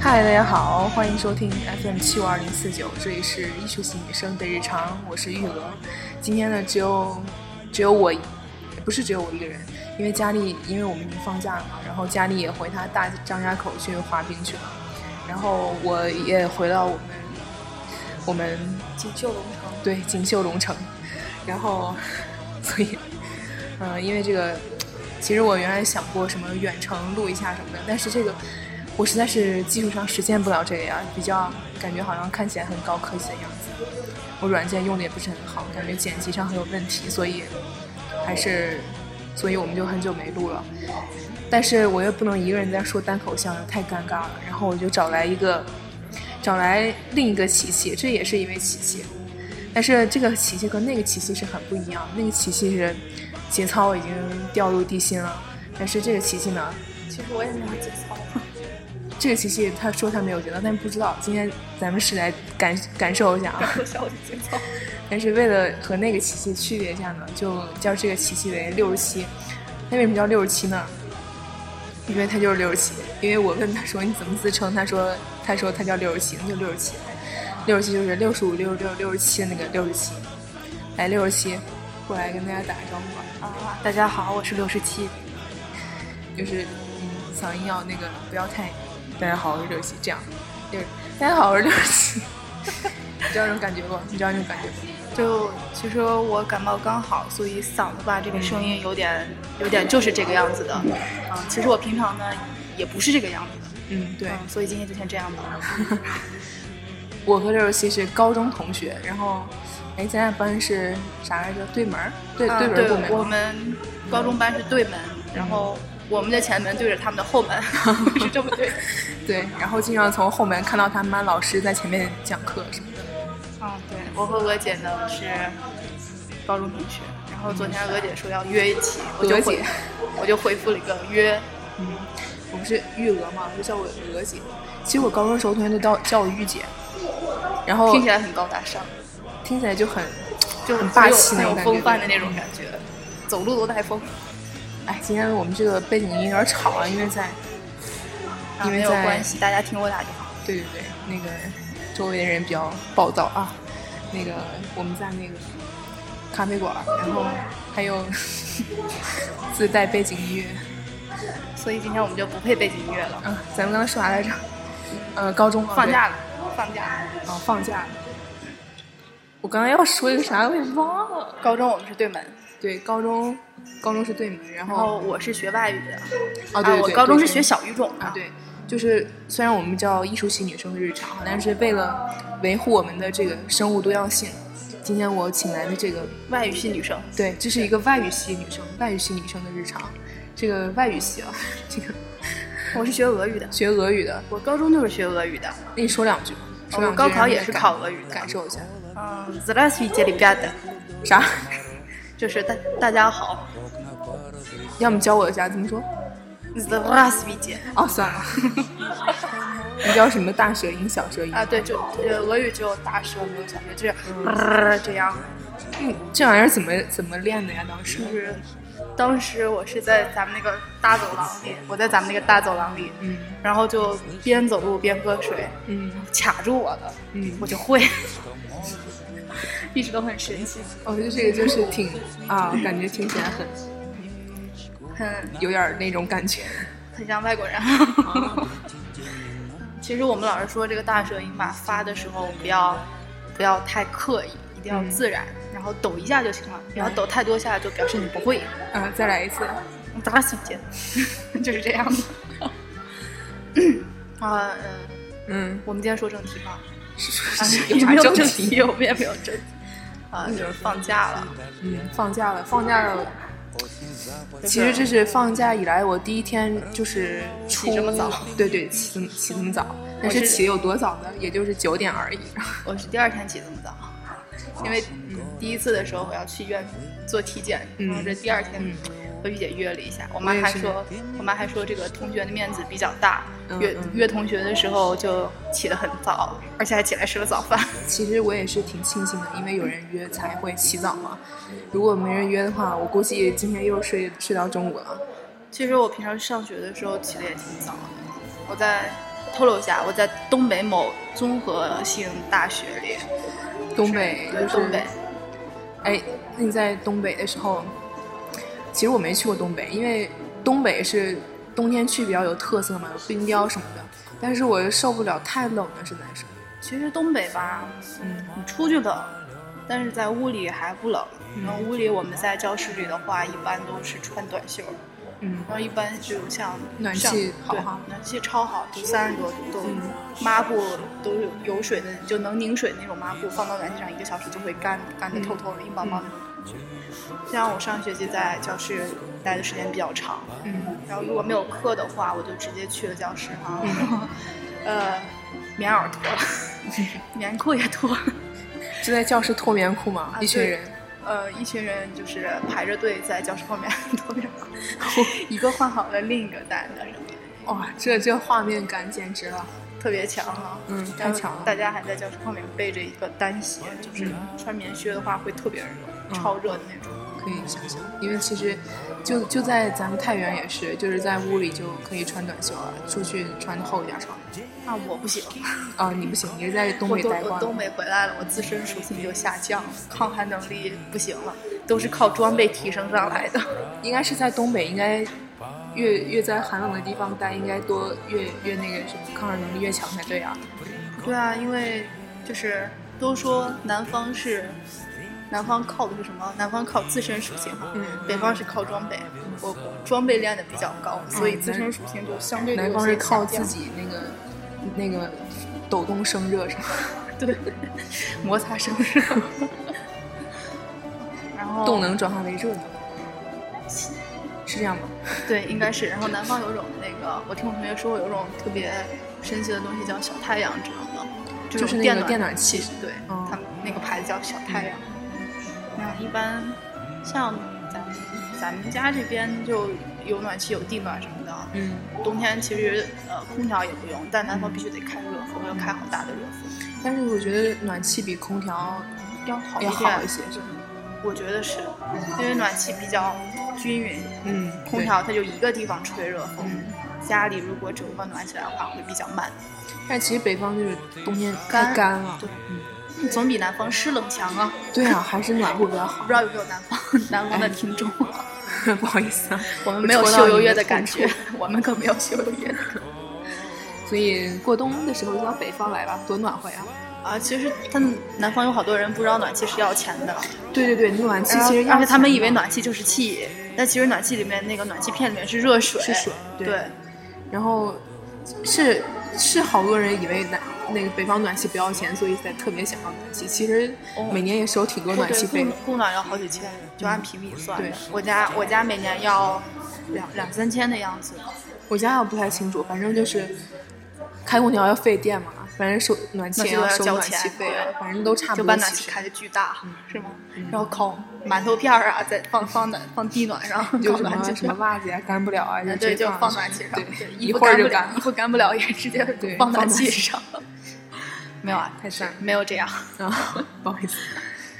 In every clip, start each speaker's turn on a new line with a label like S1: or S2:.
S1: 嗨，大家好，欢迎收听 FM 七五二零四九，这里是艺术系女生的日常，我是玉娥。今天呢，只有只有我，不是只有我一个人，因为佳丽，因为我们已经放假了嘛，然后佳丽也回她大张家口去滑冰去了，然后我也回到我们我们
S2: 锦绣龙城。
S1: 对锦绣龙城，然后所以，嗯、因为这个，其实我原来想过什么远程录一下什么的，但是这个我实在是技术上实现不了这个呀，比较感觉好像看起来很高科技的样子，我软件用的也不是很好，感觉剪辑上很有问题，所以还是，所以我们就很久没录了。但是我又不能一个人在说单口相声，太尴尬了。然后我就找来一个，找来另一个琪琪，这也是一位琪琪，但是这个琪琪和那个琪琪是很不一样，那个琪琪是节操已经掉入地心了，但是这个琪琪呢，
S2: 其实我也没有节操，
S1: 这个琪琪他说他没有节操，但不知道。今天咱们是来感感受一下啊，
S2: 搞笑的节 操。
S1: 但是为了和那个琪琪区别一下呢，就叫这个琪琪为六十七。那为什么叫六十七呢？因为他就是六十七。因为我问他说你怎么自称，他说他说他叫六十七，那就六十七。六十七就是六十五、六十六、六十七的那个六十七。来，六十七，过来跟大家打个招呼吧。
S2: 啊，大家好，我是六十七。
S1: 就是嗯，嗓音要那个不要太。大家好，我是六七，这样。就是大家好，我是六七。 你知道那种感觉不？你知道那种感觉不？
S2: 就其实我感冒刚好，所以嗓子吧，这个声音有点有点就是这个样子的。啊，其实我平常呢也不是这个样子的。
S1: 嗯，对，
S2: 嗯所以今天就先这样吧。
S1: 我和六七是高中同学，然后哎，咱俩班是啥来着？对门儿，对、
S2: 啊
S1: 对门儿部
S2: 我
S1: 门。
S2: 们高中班是对门，然后我们的前门对着他们的后门， 是这么对的。
S1: 对，然后经常从后门看到他们班老师在前面讲课什么的。
S2: 嗯，对，我和娥姐呢是高中同学，然后昨天娥姐说要约一起，我就
S1: 娥
S2: 回
S1: 姐，
S2: 我就回复了一个约，
S1: 嗯，我不是玉娥嘛，就叫我娥姐。其实我高中时候同学都叫叫我玉姐，然后
S2: 听起来很高大上，
S1: 听起来就很
S2: 就
S1: 很霸气
S2: 很
S1: 那
S2: 有
S1: 种感
S2: 很有风
S1: 觉
S2: 范。的那种感觉，走路都带风，
S1: 哎，今天我们这个背景音有点吵啊，因为在
S2: 啊
S1: 因为
S2: 没有
S1: 在
S2: 关系，大家听我俩就好。
S1: 对对对，那个周围的人比较暴躁啊。那个我们在那个咖啡馆，然后还有 自带背景音乐。
S2: 所以今天我们就不配背景音乐了，
S1: 啊，咱们刚才说啥来着？呃，高中啊
S2: 放假
S1: 对
S2: 了，放假了。
S1: 啊，放假了。我刚才要说一个啥，我给忘了。
S2: 高中我们是对门，
S1: 对，高中高中是对门，然
S2: 然
S1: 后
S2: 后我是学外语的，
S1: 啊，哦对对
S2: 啊，我
S1: 对
S2: 高中
S1: 对
S2: 是学小语种的
S1: 啊，，对，就是虽然我们叫艺术系女生日常，但是为了维护我们的这个生物多样性，今天我请来的这个
S2: 外语系女生，
S1: 对，这是一个外语系女生，外语系女生的日常。这个外语系啊， 这个
S2: 我是学俄语的，
S1: 学俄语的，
S2: 我高中就是学俄语的，
S1: 那你说两句吧，说
S2: 我
S1: 两句
S2: 哦高考
S1: 让
S2: 也
S1: 大家
S2: 是
S1: 感
S2: 考俄语的
S1: 感受一下。
S2: 嗯 z r a s v i t e r i b a d
S1: 啥？
S2: 就是大大家好
S1: 要么教我一下怎么说？
S2: z r a s v i t
S1: 哦，算了， 你叫什么大舌音、小舌音？
S2: 啊，对，就呃俄语只有大舌没有小舌，就是、呃这样。
S1: 嗯这玩意儿怎么怎么练的呀？当时
S2: 就，是当时我是在咱们那个大走廊里，我在咱们那个大走廊里，
S1: 嗯
S2: 然后就边走路边喝水，
S1: 嗯
S2: 卡住我了，
S1: 嗯，
S2: 我就会， 一直都很神奇，
S1: 我觉得这个就是挺啊，感觉听起来很
S2: 很
S1: 有点儿那种感觉。
S2: 很像外国人。 其实我们老师说，这个大舌音吧，发的时候不要不要太刻意，一定要
S1: 嗯
S2: 自然，然后抖一下就行了，不要抖太多下，就表示你不会。
S1: 啊，再来一次。
S2: 打死姐， 就是 这样的。啊，嗯，
S1: 嗯，
S2: 我们今天说正题吧。啊
S1: 有
S2: 也
S1: 啥
S2: 没有
S1: 正
S2: 正
S1: 题？
S2: 题，我们也没有正题。啊，就是放假了，
S1: 嗯，放假了，放假了。其实这是放假以来我第一天，就是出
S2: 起这么早，
S1: 对对，起这么起这么早，但
S2: 我
S1: 是
S2: 是
S1: 起的有多早呢？也就是九点而已。
S2: 我是第二天起这么早，因为嗯第一次的时候我要去医院做体检，
S1: 嗯
S2: 然后这第二天
S1: 嗯
S2: 和玉姐约了一下，我妈
S1: 我也
S2: 还
S1: 是
S2: 说，我妈还说这个同学的面子比较大，
S1: 嗯
S2: 约
S1: 嗯
S2: 约同学的时候就起得很早，而且还起来吃了早饭。
S1: 其实我也是挺庆幸的，因为有人约才会起早嘛。如果没人约的话，我估计今天又睡睡到中午了。
S2: 其实我平常上学的时候起的也挺早的，我在透露一下，我在东北某综合性大学里，
S1: 东北就是
S2: 东北。
S1: 哎，那你在东北的时候，其实我没去过东北，因为东北是冬天去比较有特色嘛，有冰雕什么的。但是我又受不了太冷了，实在是。
S2: 其实东北吧，嗯，你出去冷，但是在屋里还不冷。然后屋里我们在教室里的话，一般都是穿短袖，
S1: 嗯
S2: 然后一般就像
S1: 暖
S2: 上
S1: 气好
S2: 对
S1: 哈
S2: 暖气超好，都三十多度，都
S1: 嗯
S2: 抹布都有有水的，就能凝水那种抹布，放到暖气上一个小时就会干干的透透的，硬邦邦的那
S1: 嗯
S2: 种感觉。像我上学期在教室待的时间比较长，
S1: 嗯
S2: 然后如果没有课的话，我就直接去了教室哈，然后
S1: 嗯
S2: 呃，棉袄脱 了，棉裤也脱了。
S1: 就在教室脱棉裤嘛，
S2: 啊
S1: 一群
S2: 对
S1: 人。
S2: 呃，一群人就是排着队在教室后面 脱棉裤，一个换好了，另一个在那上面，
S1: 哇，这这画面感简直了。
S2: 特别强哈、
S1: 嗯
S2: 然后
S1: 太强了嗯
S2: 大家还在教室后面背着一个单鞋，就是穿棉靴的话会特别热，超热的那种。
S1: 可以想象，因为其实就就在咱们太原也是，就是在屋里就可以穿短袖了，出去穿厚一点穿。
S2: 啊，我不行，
S1: 啊、你不行，你是在东
S2: 我
S1: 北
S2: 东
S1: 待
S2: 我
S1: 惯
S2: 东
S1: 了。
S2: 北回来了，我自身属性就下降了，抗寒能力不行了，都是靠装备提升上来的。
S1: 应该是在东北，应该越越在寒冷的地方待，应该多越越那个什么抗热能力越强才对啊。
S2: 对啊，因为就是都说南方是南方靠的是什么？南方靠自身属性嘛，
S1: 嗯
S2: 北方是靠装备。我装备练的比较高，所以自身属性就相对地
S1: 嗯南
S2: 有
S1: 方
S2: 些
S1: 是靠
S2: 下降
S1: 自，己那个那个抖动生热什么，
S2: 对，摩擦生热。然后
S1: 动能转化为热能，是这样吗？
S2: 对，应该是。然后南方有种那个，我听我同学说有种特别神奇的东西叫小太阳，知道吗？这
S1: 就是
S2: 种
S1: 那
S2: 电
S1: 个
S2: 暖
S1: 电暖嗯器
S2: 对，
S1: 嗯
S2: 他们那个牌子叫小太阳。那一般像咱们咱们家这边就有暖气、有地暖什么的。
S1: 嗯，
S2: 冬天其实呃空调也不用，但南方必须得开热风，要开好大的热风，
S1: 但是我觉得暖气比空调
S2: 要好
S1: 要
S2: 一
S1: 好一
S2: 点。
S1: 些，是吧？
S2: 我觉得是，因为暖气比较均匀，
S1: 嗯，
S2: 空
S1: 对
S2: 调它就一个地方吹热风
S1: 嗯，
S2: 家里如果整个暖起来的话会比较慢，
S1: 但其实北方就是冬天太干了，
S2: 对
S1: 嗯，
S2: 总比南方湿冷强啊。
S1: 对啊，还是暖和比较
S2: 不
S1: 好。
S2: 知道有没有南方南
S1: 哎
S2: 方的听众啊？
S1: 不好意思啊，
S2: 我们没有
S1: 戳到
S2: 秀优
S1: 你
S2: 越
S1: 的
S2: 的感
S1: 痛
S2: 觉，我们可没有秀优 越的。
S1: 处。所以过冬的时候就到北方来吧，多暖和呀！
S2: 啊，其实他们南方有好多人不知道暖气是要钱的，
S1: 对对对，暖气其实
S2: 而且他们以为
S1: 暖。
S2: 暖气就是气，但其实暖气里面那个暖气片里面是热水，
S1: 是水对
S2: 对
S1: 然后是是好多人以为南那个北方暖气不要钱，所以才特别想要暖气。其实
S2: 哦
S1: 每年也是有挺多
S2: 对
S1: 暖气费
S2: 供
S1: 的，
S2: 供暖要好几千，就按平米算的。
S1: 对
S2: 我家我家每年要两两三千的样子，
S1: 我家我不太清楚，反正就是开空调要费电嘛，反正收暖气也要
S2: 暖气
S1: 收
S2: 都要交
S1: 暖气
S2: 钱
S1: 费啊
S2: 对，
S1: 反正都差不
S2: 就
S1: 多
S2: 把
S1: 其实。嗯
S2: 暖气开的巨大，是吗？然后烤馒头片儿啊，再放放暖放地暖上，
S1: 就
S2: 烤
S1: 什
S2: 暖
S1: 么
S2: 气
S1: 什么袜子呀干不了啊，
S2: 啊，
S1: 直
S2: 对，
S1: 接
S2: 就放
S1: 上
S2: 暖
S1: 去
S2: 气上，
S1: 对，
S2: 衣
S1: 一
S2: 服
S1: 会儿
S2: 干
S1: 就干了
S2: 不了，衣服干不了也直接
S1: 对放
S2: 放暖
S1: 暖
S2: 气
S1: 气
S2: 上。 没 有啊，
S1: 太赞了
S2: 没有这样。嗯
S1: 啊， 不好意思，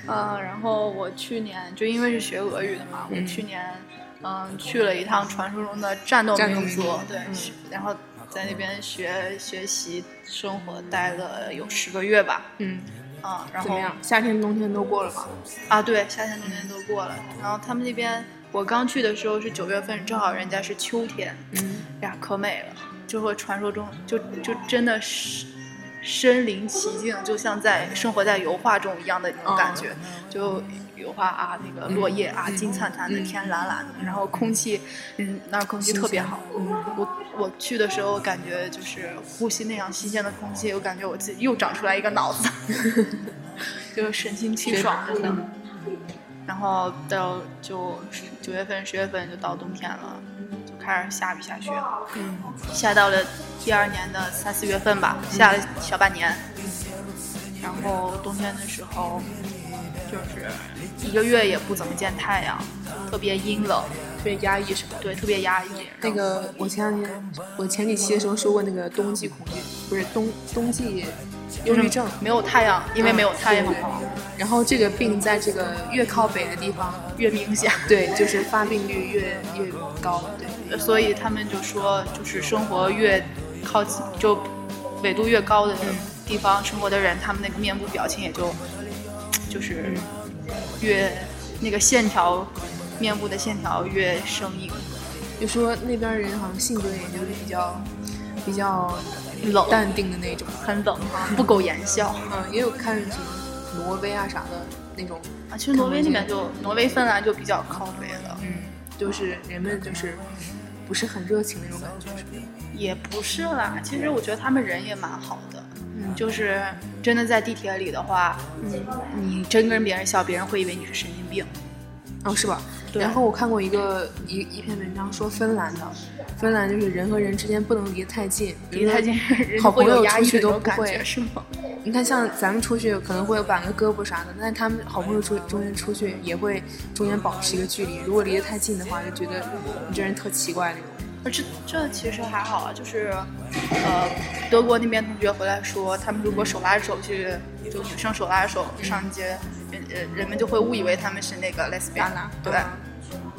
S2: 呃，然后我去年就因为是学俄语的嘛，
S1: 嗯
S2: 我去年嗯、去了一趟传说中的战斗
S1: 战斗
S2: 民
S1: 民
S2: 族
S1: 族，
S2: 对，
S1: 嗯
S2: 学然后在那边学学习生活待了有十个月吧，
S1: 嗯，
S2: 啊、然
S1: 怎么
S2: 后
S1: 样？夏天冬天都过了吗？
S2: 啊，对，夏天冬天都过了，然后他们那边我刚去的时候是九月份，正好人家是秋天，
S1: 嗯，
S2: 呀，可美了，就和传说中就就真的是身临其境，就像在生活在油画中一样的那种感觉。就油画啊，那个落叶啊，金灿灿的，天蓝蓝的，然后空气，嗯，那儿空气特别好。我我去的时候感觉就是呼吸那样新鲜的空气，我感觉我自己又长出来一个脑子，就神清气爽真的。然后到就九月份、十月份就到冬天了，就开始下雨下雪，
S1: 嗯，
S2: 下到了第二年的三四月份吧，下了小半年。然后冬天的时候，就是一个月也不怎么见太阳，特别阴冷，
S1: 特别压抑是吧？
S2: 对，特别压抑。
S1: 那个，我前两天，我前几期的时候说过那个冬季恐惧，不是冬冬季忧
S2: 就是
S1: 郁症，嗯
S2: 没有太阳，因为没有太阳
S1: 对。然后这个病在这个越靠北的地方，
S2: 越明显，
S1: 对，就是发病率越越高，对，
S2: 呃所以他们就说，就是生活越靠近，就纬度越高的地方生活的人，他们那个面部表情也就就是越那个线条，面部的线条越生硬，
S1: 就说那边人好像性格也就是比较比较
S2: 冷，
S1: 淡定的那种，
S2: 很冷啊，不苟言笑。
S1: 嗯，也有看什么挪威啊啥的那种，
S2: 啊，其实挪威那边就挪威、芬兰就比较靠北了，
S1: 嗯，就是人们就是不是很热情那种感觉，是吧？
S2: 也不是啦。其实我觉得他们人也蛮好的，
S1: 嗯
S2: 就是真的在地铁里的话，嗯，你真跟别人笑，别人会以为你是神经病。
S1: 哦，是吧？
S2: 对
S1: 然后我看过一个一一篇文章说芬兰的，芬兰就是人和人之间不能离得太近，比
S2: 离
S1: 如说
S2: 太近，人
S1: 好
S2: 会
S1: 朋
S2: 有
S1: 友
S2: 压
S1: 出
S2: 抑的
S1: 去
S2: 那
S1: 都
S2: 种
S1: 不
S2: 感
S1: 会
S2: 觉，是吗？
S1: 你看，像咱们出去可能会挽个胳膊啥的，但是他们好朋友出中间出去也会中间保持一个距离，如果离得太近的话，就觉得你这人特奇怪那种。
S2: 呃这这其实还好啊，就是，呃，德国那边同学回来说，他们如果手拉着手去，就女生手拉着手上街，人呃人们就会误以为他们是那个 lesbian，对。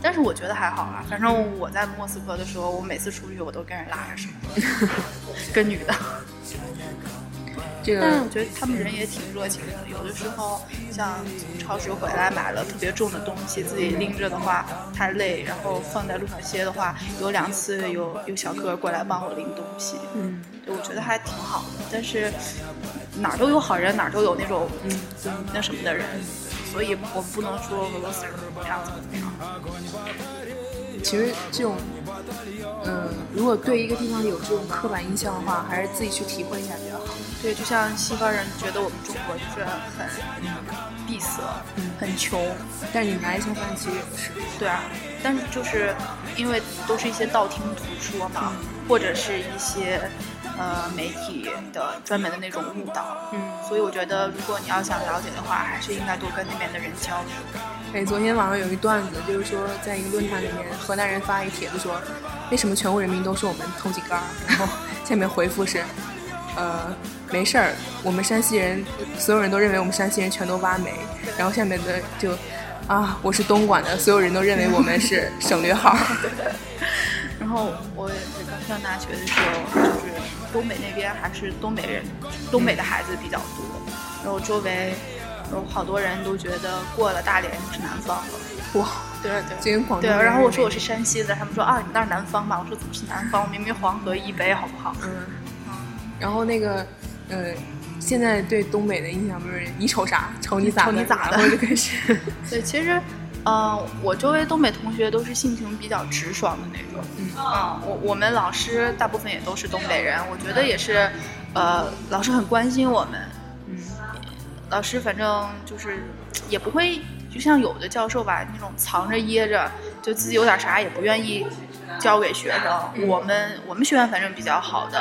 S2: 但是我觉得还好啦，反正我在莫斯科的时候，我每次出去我都跟人拉 着手，跟女的。
S1: 这
S2: 但是
S1: 个
S2: 我觉得他们人也挺热情的，有的时候像从超市回来买了特别重的东西，自己拎着的话太累，然后放在路上歇的话，有两次有有小哥过来帮我拎东西，
S1: 嗯，
S2: 对我觉得还挺好的。但是哪儿都有好人，哪儿都有那种嗯那什么的人，所以我不能说俄罗斯人怎么样怎么样。
S1: 其实这种，嗯，如果对一个地方有这种刻板印象的话，还是自己去体会一下比较好。
S2: 对，就像西方人觉得我们中国就是很嗯闭塞、很穷，
S1: 但是你来一下饭，其实也不是。
S2: 对啊，但是就是因为都是一些道听途说嘛，或者是一些呃媒体的专门的那种误导，
S1: 嗯，
S2: 所以我觉得如果你要想了解的话，还是应该多跟那边的人交流。
S1: 哎，昨天网上有一段子，就是说在一个论坛里面，河南人发一帖子说，为什么全国人民都说我们偷井盖儿？ 然后下面回复是，呃，没事儿，我们山西人，所有人都认为我们山西人全都挖煤。然后下面的就，啊，我是东莞的，所有人都认为我们是省略 号。
S2: 然后我也是刚上大学的时候，就是东北那边还是东北人，东北的孩子比较多，然后周围有好多人都觉得过了大连就是南方了。
S1: 哇，
S2: 对对
S1: 就跟广
S2: 对，
S1: 东人
S2: 然后我说我是山西的，他们说啊，你那儿南方吧？我说怎么是南方？我明明黄河以北，好不好？
S1: 嗯，然后那个，呃，现在对东北的印象就是你瞅啥，瞅你咋的，
S2: 瞅你咋的
S1: 然后就开 始，
S2: 对，其实，嗯、我周围东北同学都是性情比较直爽的那种。
S1: 嗯
S2: 啊我我们老师大部分也都是东北人，我觉得也是，呃，老师很关心我们。
S1: 嗯
S2: 老师反正就是也不会，就像有的教授吧，那种藏着掖着，就自己有点啥也不愿意教给学生。我们我们学院反正比较好的，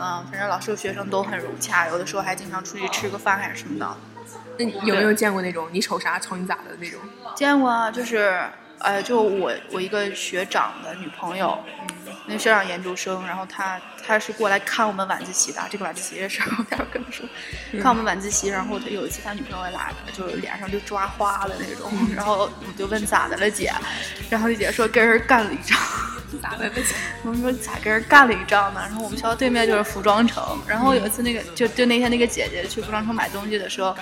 S2: 嗯、反正老师和学生都很融洽，有的时候还经常出去吃个饭还是什么的。
S1: 那你有没有见过那种你瞅啥瞅你咋的那种？
S2: 见过啊，就是呃，就我我一个学长的女朋友，
S1: 嗯
S2: 那学长研究生，然后他他是过来看我们晚自习的，这个晚自习的时候， 他跟我说看我们晚自习，然后他有一次他女朋友也来了，就是脸上就抓花了那种，然后我就问咋的了姐，然后那姐说跟人干了一仗。
S1: 咋的？
S2: 我们说咋跟人干了一仗呢？然后我们学校对面就是服装城，然后有一次那个
S1: 嗯
S2: 就就那天那个姐姐去服装城买东西的时候，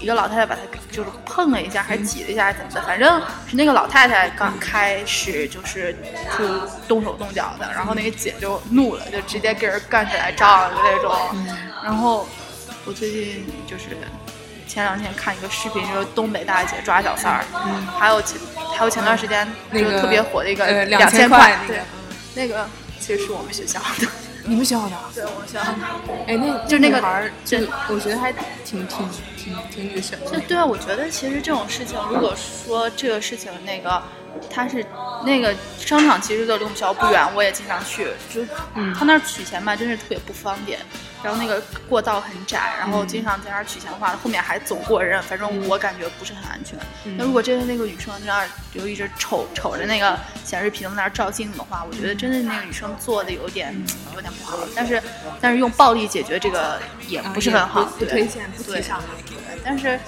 S2: 一个老太太把她给就是碰了一下，还是挤了一下，怎么的？反正是那个老太太刚开始就是就动手动脚的，然后那个姐就怒了，就直接跟人干起来仗了那种。
S1: 嗯
S2: 然后我最近就是前两天看一个视频，就是东北大姐抓小三儿，还有前还有前段时间
S1: 嗯那个
S2: 就特别火的一
S1: 呃
S2: 个
S1: 两千
S2: 千
S1: 块那个
S2: 对。那个其实是我们学校的，
S1: 你们学校的啊？
S2: 对，我们学校。
S1: 哎，那
S2: 就那个
S1: 女孩儿，就
S2: 对
S1: 我觉得还挺挺挺挺女神
S2: 就
S1: 的。
S2: 对啊，我觉得其实这种事情，如果说这个事情那个，它是那个商场其实就离我们学校不远，我也经常去，就
S1: 嗯
S2: 他那儿取钱吧，真是特别不方便。然后那个过道很窄，然
S1: 嗯
S2: 后经常在那儿取钱的话，后面还走过人，反正我感觉不是很安全。
S1: 嗯
S2: 那、如果真的那个女生在那儿就一直瞅瞅着那个显示屏在那儿照镜子的话，我觉得真的那个女生做的有点、
S1: 嗯
S2: 有点不好。但是但是用暴力解决这个也
S1: 啊
S2: 不是
S1: 也
S2: 很好，
S1: 不不
S2: 对
S1: 推荐，不
S2: 对
S1: 提倡。
S2: 但是，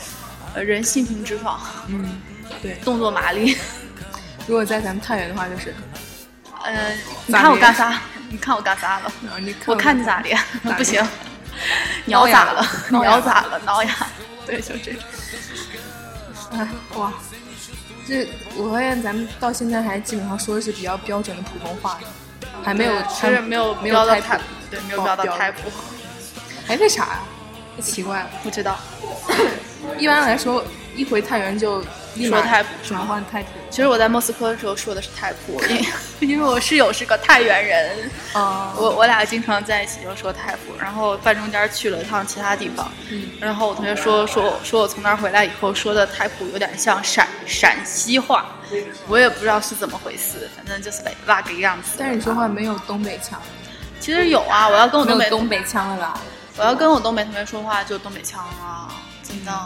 S2: 呃，人性情直爽，
S1: 嗯，对。
S2: 动作 麻利。
S1: 如果在咱们太原的话，就是
S2: 嗯、你
S1: 咋
S2: 看我
S1: 地
S2: 干啥？你看我干啥了？
S1: 然后你看
S2: 我看哦你咋的？
S1: 咋
S2: 不行
S1: 的，
S2: 鸟咋 了？
S1: 挠
S2: 鸟
S1: 痒
S2: 咋了？挠痒。 对，就这种。
S1: 哎哇，这我发现咱们到现在还基本上说的是比较标准的普通话，还没有
S2: 对其实没有
S1: 没
S2: 标
S1: 有
S2: 到
S1: 太
S2: 太，对，没有
S1: 哦
S2: 标到
S1: 标
S2: 太普，
S1: 哎为啥呀、奇怪了，
S2: 不知道。
S1: 一般来说一回太原就立马
S2: 说太普
S1: 转换太普，
S2: 其实我在莫斯科的时候说的是太普，因因为 我室友是个太原人，
S1: 哦、
S2: 我我俩经常在一起就说太普，然后半中间去了一趟其他地方，
S1: 嗯
S2: 然后我同学说说我说我从那儿回来以后说的太普有点像陕陕西话，我也不知道是怎么回事，反正就是那个样子。
S1: 但是你说话没有东北腔，
S2: 其实有啊，我要跟我
S1: 没
S2: 东
S1: 有
S2: 北
S1: 东北腔了吧？
S2: 我要跟我东北同学说话就东北腔啊，真的，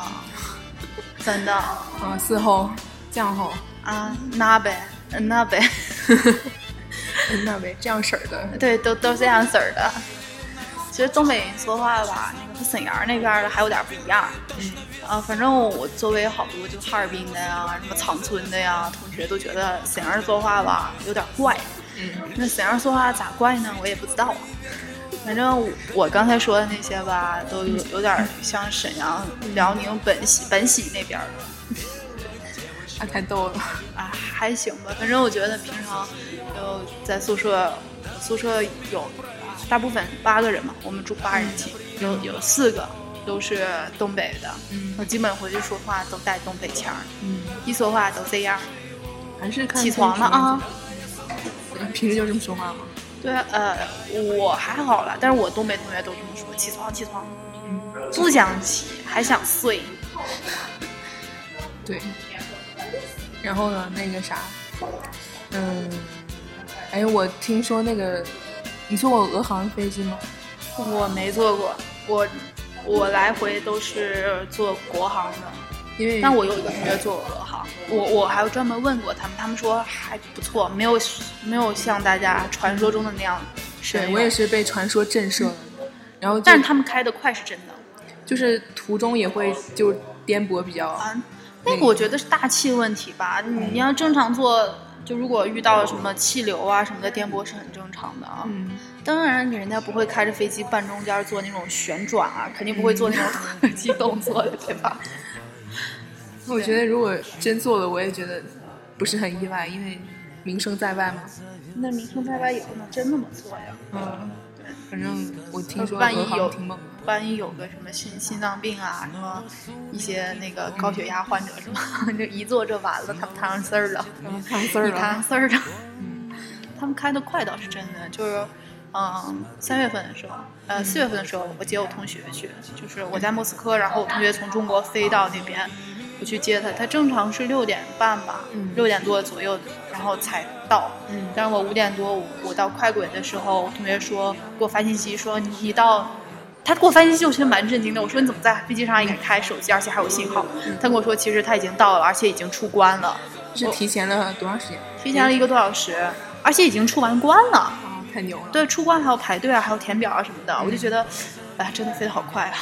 S2: 真的
S1: 嗯，四吼、酱吼，
S2: 啊，那呗，嗯那呗，
S1: 嗯那呗，这样式儿的。
S2: 对，都都是这样式儿的。其实东北人说话吧，那个和沈阳那边儿的还有点不一样。
S1: 嗯，
S2: 啊，反正我周围好多就哈尔滨的呀，什么长春的呀，同学都觉得沈阳人说话吧有点怪。
S1: 嗯
S2: 那沈阳说话咋怪呢？我也不知道啊。反正我我刚才说的那些吧，都有有点像沈阳、辽宁本溪、本溪那边儿的。
S1: 那太逗了。
S2: 啊，还行吧，反正我觉得平常就在宿舍，宿舍有啊大部分八个人嘛，我们住八人寝，有有四个都是东北的，
S1: 嗯
S2: 我基本回去说话都带东北腔儿，
S1: 嗯，
S2: 一说话都这样。
S1: 还是看
S2: 起床了啊？
S1: 平时就这么说话吗？
S2: 对，呃，我还好啦，但是我东北同学都这么说，起床起床，嗯不想起，还想睡。
S1: 对。
S2: 嗯
S1: 然后呢，那个啥，嗯，哎，我听说那个，你坐过俄航飞机吗？
S2: 我没坐过，我我来回都是坐国航的。
S1: 因为
S2: 但我有一个同学做俄航，我我还专门问过他们，他们说还不错，没有没有像大家传说中的那样深
S1: 对
S2: 入。
S1: 我也，是被传说震慑了，然后就
S2: 嗯但是他们开的快是真的。
S1: 就是途中也会就颠簸比较，
S2: 啊，那个我觉得是大气问题吧。你你要正常做，就如果遇到什么气流啊什么的颠簸是很正常的啊。
S1: 嗯，
S2: 当然，人家不会开着飞机半中间做那种旋转啊，肯定不会做那种特 技动作的，对吧？
S1: 我觉得如果真做了，我也觉得不是很意外，因为名声在外嘛。
S2: 那明星在外也不能真那么做呀。
S1: 嗯，反正我听说
S2: 万一
S1: 俄航
S2: 有
S1: 挺猛的。
S2: 万一有个什么心心脏病啊，什么一些那个高血压患者什么， 就一坐这完了，他们摊上事儿了，
S1: 嗯看字儿
S2: 你摊
S1: 了嗯
S2: 上，事儿了。 他们开的快倒是真的，就是，嗯，三月份的时候，呃，四月份的时候，我接我同学去，就是我在莫斯科，然后我同学从中国飞到那边，我去接他，他正常是六点半吧
S1: 嗯，
S2: 六点多左右，然后才到。
S1: 嗯
S2: 但是我五点多我我到快轨的时候，我同学说给我发信息说你你到，他给我发信息我其实蛮震惊的，我说你怎么在飞机上也敢开手机，而且还有信号？
S1: 嗯
S2: 他跟我说其实他已经到了，而且已经出关了，
S1: 是提前了多长时间？
S2: 提前了一个多小时，而且已经出完关了。
S1: 啊，太牛了！，
S2: 对，出关还要排队啊，还要填表啊什么的，我就觉得，哎，真的飞得好快啊！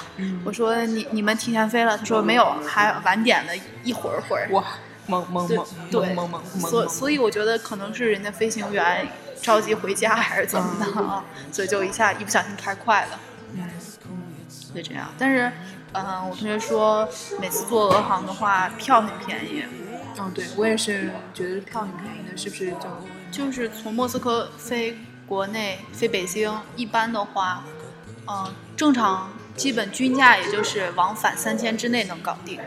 S2: 我说你你们提前飞了，他说没有，还晚点了一会儿会儿。
S1: 哇，猛猛
S2: 对
S1: 猛
S2: 对，
S1: 猛猛猛猛
S2: 所
S1: 猛！
S2: 所以我觉得可能是人家飞行员着急回家还是怎么的啊，所以就一下一不小心开快了，
S1: 嗯
S2: 就这样。但是，嗯、我同学说每次坐俄航的话票很便宜，
S1: 哦，对我也是觉得票挺便宜的，是不是就
S2: 就是从莫斯科飞国内飞北京，一般的话，嗯、正常基本均价也就是往返三千之内能搞定。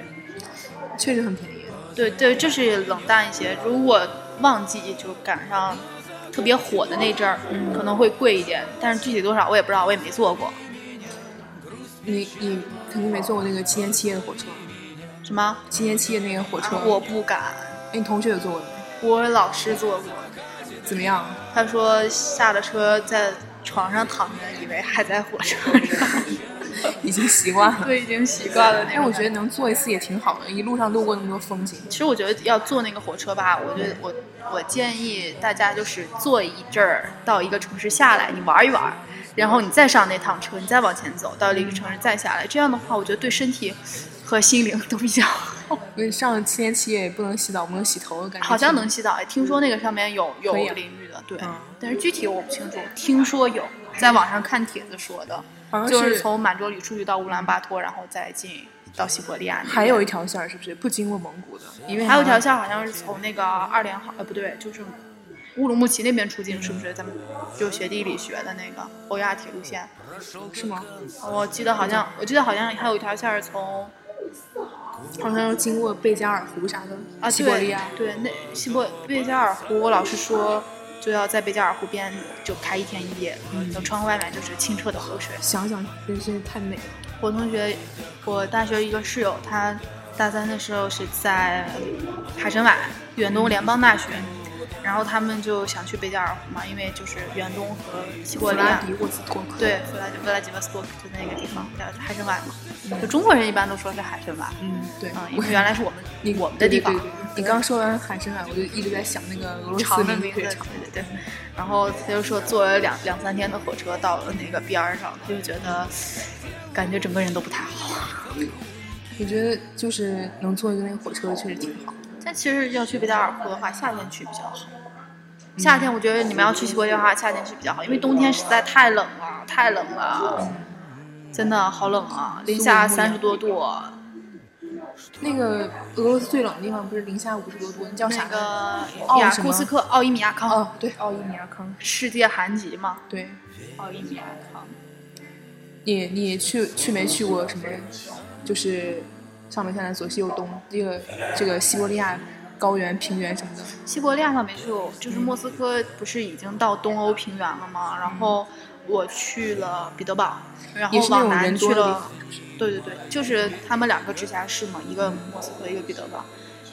S1: 确实很便宜？
S2: 对对，这是冷淡一些。如果旺季就赶上特别火的那阵儿，
S1: 嗯
S2: 可能会贵一点，但是具体多少我也不知道，我也没坐过。
S1: 你你肯定没坐过那个七天七夜的火车，
S2: 什么？啊
S1: 七天七夜那个火车，
S2: 我不敢，
S1: 哎你同学有坐过吗？
S2: 我老师坐过，
S1: 怎么样？啊
S2: 他说下了车在床上躺着，以为还在火车 上，
S1: 已经习惯了。
S2: 对，已经习惯了那
S1: 哎，
S2: 种
S1: 我
S2: 感
S1: 觉得能坐一次也挺好的，一路上路过那么多风景。
S2: 其实我觉得要坐那个火车吧，我
S1: 嗯
S2: 觉得我我建议大家就是坐一阵儿，到一个城市下来，你玩一玩，然后你再上那趟车，你再往前走到另一个城市再下来，这样的话，我觉得对身体和心灵都比较 好。
S1: 因为上七天七夜也不能洗澡，不能洗头，感觉
S2: 好像
S1: 挺
S2: 能洗澡，哎，听说那个上面有有
S1: 可以啊
S2: 淋浴的，对
S1: 嗯，
S2: 但是具体我不清楚，听说有，在网上看帖子说的，
S1: 好像
S2: 就是是从满洲里出去到乌兰巴托，然后再进到西伯利亚那边。
S1: 还有一条线儿是不是不经过蒙古的？因为
S2: 还有一条线好像是从那个二连行，呃，不对，就是乌鲁木齐那边出境，是不是？咱们就学地理学的那个欧亚铁路线，
S1: 是吗？
S2: 我记得好像，我记得好像还有一条线是从
S1: 好像要经过贝加尔湖啥的，
S2: 啊，
S1: 西伯利亚。
S2: 对，对，那西伯贝加尔湖，我老师说就要在贝加尔湖边就开一天一夜，嗯等窗户外面就是清澈的河水。
S1: 想想真是太美了。
S2: 我同学，我大学一个室友，他大三的时候是在海参崴远东联邦大学，然后他们就想去贝加尔湖嘛，因为就是远东和西伯
S1: 布
S2: 利
S1: 拉
S2: 亚，
S1: 迪沃斯托克，，
S2: 对，弗拉弗拉吉波斯托克就那个地方叫海参崴嘛，就中国人一般都说是海参崴，
S1: 嗯，对，
S2: 嗯，因
S1: 我
S2: 为原来是我们
S1: 你
S2: 我们的地方
S1: 对对对对你刚说完海参崴，我就一直在想那个俄罗斯
S2: 长的
S1: 名
S2: 名字，
S1: 字
S2: 对对对。然后他就说坐了两两三天的火车到了那个边儿上，他就觉得感觉整个人都不太好。
S1: 我觉得就是能坐一个那个火车，确实挺好。
S2: 但其实要去贝加尔湖的话，夏天去比较好。夏天我觉得你们要去西伯利亚的话，夏天去比较好，因为冬天实在太冷了，太冷
S1: 嗯
S2: 了，真的好冷啊，零下三十多度。
S1: 那个俄罗斯最冷的地方不是零下五十多度，那叫
S2: 那
S1: 啥？
S2: 个
S1: 奥
S2: 雅
S1: 什么
S2: 库斯克奥伊米亚康、
S1: 哦，对，奥伊米亚康，
S2: 世界寒极嘛，
S1: 对。
S2: 奥伊米亚康。
S1: 你你去去没去过什么？就是上北下南左西右东这个这个西伯利亚高原平原什么的，
S2: 西伯利亚倒没去过，就是莫斯科不是已经到东欧平原了吗？然后我去了彼得堡，然
S1: 也
S2: 后
S1: 是那
S2: 往
S1: 种
S2: 南
S1: 人去
S2: 多
S1: 的地
S2: 了
S1: 方，。
S2: 对对对，就是他们两个直辖市嘛，一个莫斯科，一个彼得堡。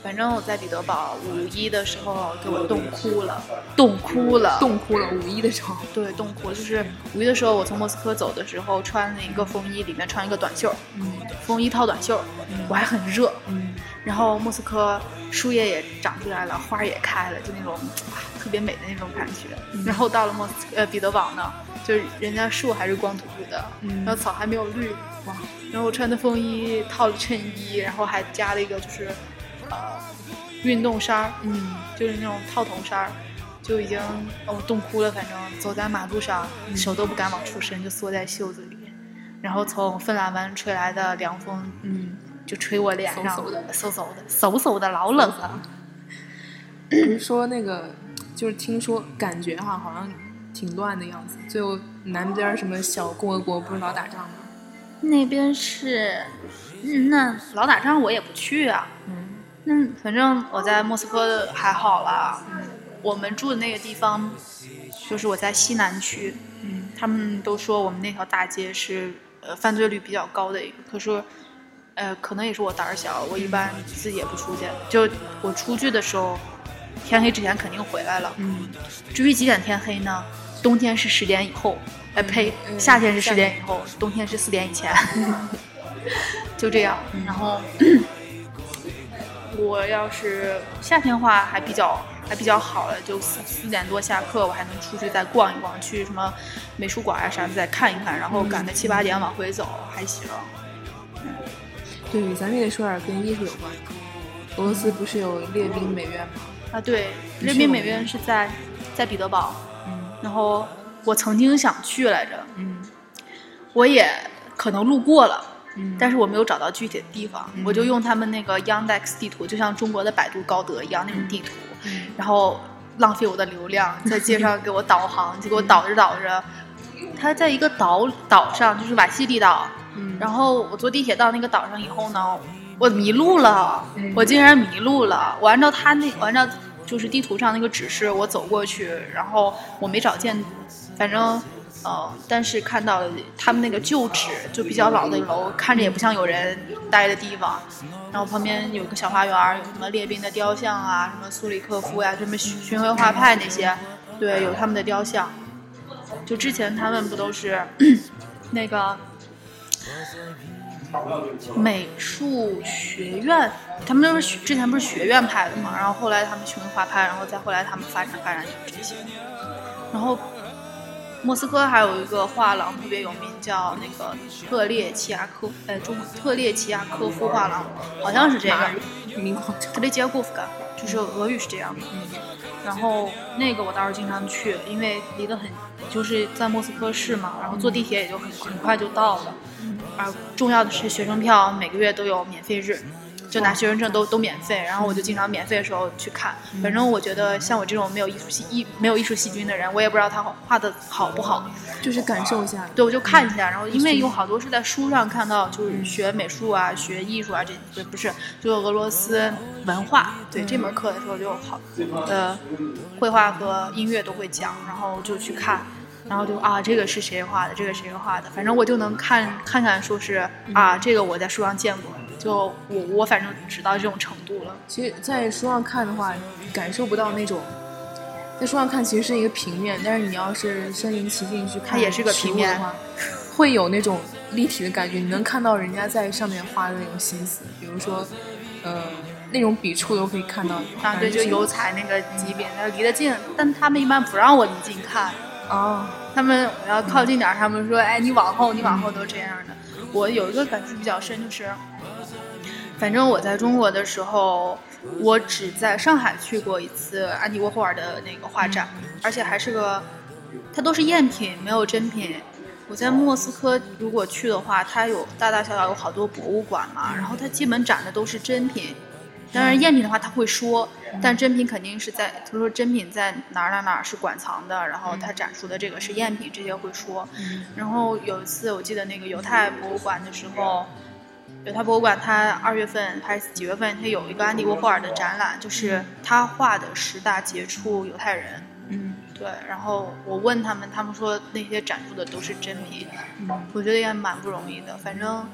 S2: 反正我在彼得堡五一的时候给我冻哭了，冻哭了，
S1: 冻哭了。五一的时候，
S2: 对冻哭了。就是五一的时候，我从莫斯科走的时候穿了一个风衣，里面穿一个短袖，
S1: 嗯
S2: 风衣套短袖，我还很热。
S1: 嗯，
S2: 然后莫斯科树叶也长出来了，花儿也开了，就那种啊特别美的那种感觉。
S1: 嗯
S2: 然后到了莫斯呃彼得堡呢，就是人家树还是光秃秃的，
S1: 嗯
S2: 然后草还没有绿，
S1: 哇，
S2: 然后我穿的风衣套了衬衣，然后还加了一个就是呃运动衫儿，
S1: 嗯，
S2: 就是那种套头衫儿。就已经哦冻哭了，反正走在马路上，
S1: 嗯
S2: 手都不敢往出伸，就缩在袖子里。然后从芬兰湾吹来的凉风，
S1: 嗯，
S2: 就吹我脸上，
S1: 嗖嗖的
S2: 嗖嗖的，嗖嗖的，老冷啊了。
S1: 不是说那个，就是听说感觉哈、好像挺乱的样子。最后南边什么小共和国不是老打仗吗？
S2: 那边是，嗯，那老打仗我也不去啊。
S1: 嗯，
S2: 那反正我在莫斯科还好啦。
S1: 嗯
S2: 我们住的那个地方，就是我在西南区，
S1: 嗯，
S2: 他们都说我们那条大街是呃犯罪率比较高的一个，可是。呃，可能也是我胆儿小，我一般自己也不出去。就我出去的时候，天黑之前肯定回来了。
S1: 嗯，
S2: 至于几点天黑呢？冬天是十点以后，哎呸，
S1: 嗯
S2: 夏天是
S1: 夏
S2: 十
S1: 天
S2: 点以后，冬天是四点以前， 就这样。
S1: 嗯
S2: 然后我要是夏天的话还比较还比较好了，就四四点多下课，我还能出去再逛一逛，去什么美术馆呀、啊啥的再看一看，然后赶在
S1: 嗯
S2: 七八点往回走还行。
S1: 对，咱们也得说点跟艺术有关的。俄罗斯不是有列宾美院吗？
S2: 啊，对，
S1: 你
S2: 人
S1: 去
S2: 民
S1: 过
S2: 美
S1: 吗
S2: 院是在在彼得堡，
S1: 嗯
S2: 然后我曾经想去来着，
S1: 嗯
S2: 我也可能路过了。
S1: 嗯
S2: 但是我没有找到具体的地方，我就用他们那个 Yandex 地图，就像中国的百度、高德一样那种地图，
S1: 嗯
S2: 然后浪费我的流量，在街上给我导航，结果
S1: 嗯
S2: 导着导着，它在一个岛岛上，就是瓦西里岛，
S1: 嗯
S2: 然后我坐地铁到那个岛上以后呢，我迷路了，
S1: 嗯
S2: 我竟然迷路了。我按照他那，我按照就是地图上那个指示，我走过去，然后我没找见，反正呃，但是看到他们那个旧址，就比较老的楼，看着也不像有人待的地方。然后旁边有个小花园儿，有什么列宾的雕像啊，什么苏里克夫呀、什么巡巡回画派那些，对，有他们的雕像。就之前他们不都是 那个美术学院，他们都是学之前不是学院派的嘛，然后后来他们巡回画派，然后再后来他们发展发展就是这些，然后莫斯科还有一个画廊特别有名，叫那个特列齐亚科，呃，中特列齐亚科夫画廊，好像是这个。
S1: 明皇
S2: 特列杰古夫卡，就是俄语是这样的。然后那个我倒是经常去，因为离得很，就是在莫斯科市嘛，然后坐地铁也就很很快就到了。而重要的是学生票每个月都有免费日，就拿学生证都都免费，然后我就经常免费的时候去看。反正我觉得像我这种没有艺术细艺没有艺术细菌的人，我也不知道他画的好不好，
S1: 就是感受一下，
S2: 对，我就看一下，然后因为有好多是在书上看到，就是学美术啊、学艺术啊，这不不是，就俄罗斯文化，对这门课的时候就好，呃，绘画和音乐都会讲，然后就去看，然后就啊，这个是谁画的，这个谁画的，反正我就能看看看，说是啊，这个我在书上见过，就我我反正只到这种程度了，
S1: 其实，在书上看的话，感受不到那种。在书上看其实是一个平面，但是你要是身临其境去看，
S2: 它也是个平面
S1: 的话，会有那种立体的感觉。你能看到人家在上面花的那种心思，比如说，呃，那种笔触都可以看到。
S2: 啊，对，就油彩那个级别，那离得近，但他们一般不让我离近看。
S1: 哦，
S2: 他们我要靠近点儿，他们说：“哎，你往后，你往后都这样的。”我有一个感触比较深，就是，反正我在中国的时候，我只在上海去过一次安迪沃霍尔的那个画展，而且还是个，它都是赝品，没有真品。我在莫斯科如果去的话，它有大大小小有好多博物馆嘛，然后它基本展的都是真品。当然，赝品的话他会说，但真品肯定是在他说真品在哪儿哪儿哪儿是馆藏的，然后他展出的这个是赝品，这些会说。
S1: 嗯
S2: 然后有一次我记得那个犹太博物馆的时候，犹太博物馆它二月份还是几月份，它有一个安迪沃霍尔的展览，就是他画的十大杰出犹太人。
S1: 嗯
S2: 对，然后我问他们，他们说那些展出的都是真品，
S1: 嗯
S2: 我觉得也蛮不容易的。反正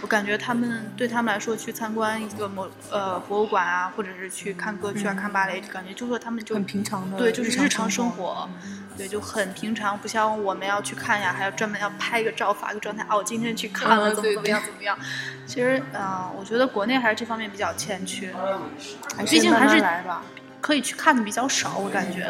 S2: 我感觉他们对他们来说，去参观一个某呃博物馆啊，或者是去看歌剧啊、看芭蕾，感觉就说他们
S1: 嗯
S2: 就
S1: 很平常的，
S2: 对，就是
S1: 日生
S2: 常
S1: 嗯
S2: 生。活，对，就很平常，不像我们要去看呀，还要专门要拍一个照，发个状态，哦，我今天去看了，
S1: 嗯
S2: 怎么
S1: 对
S2: 怎么样怎么样。其实，嗯、我觉得国内还是这方面比较欠缺。
S1: 还是
S2: 毕竟还
S1: 慢慢
S2: 是
S1: 来吧，
S2: 可以去看的比较少，我感觉，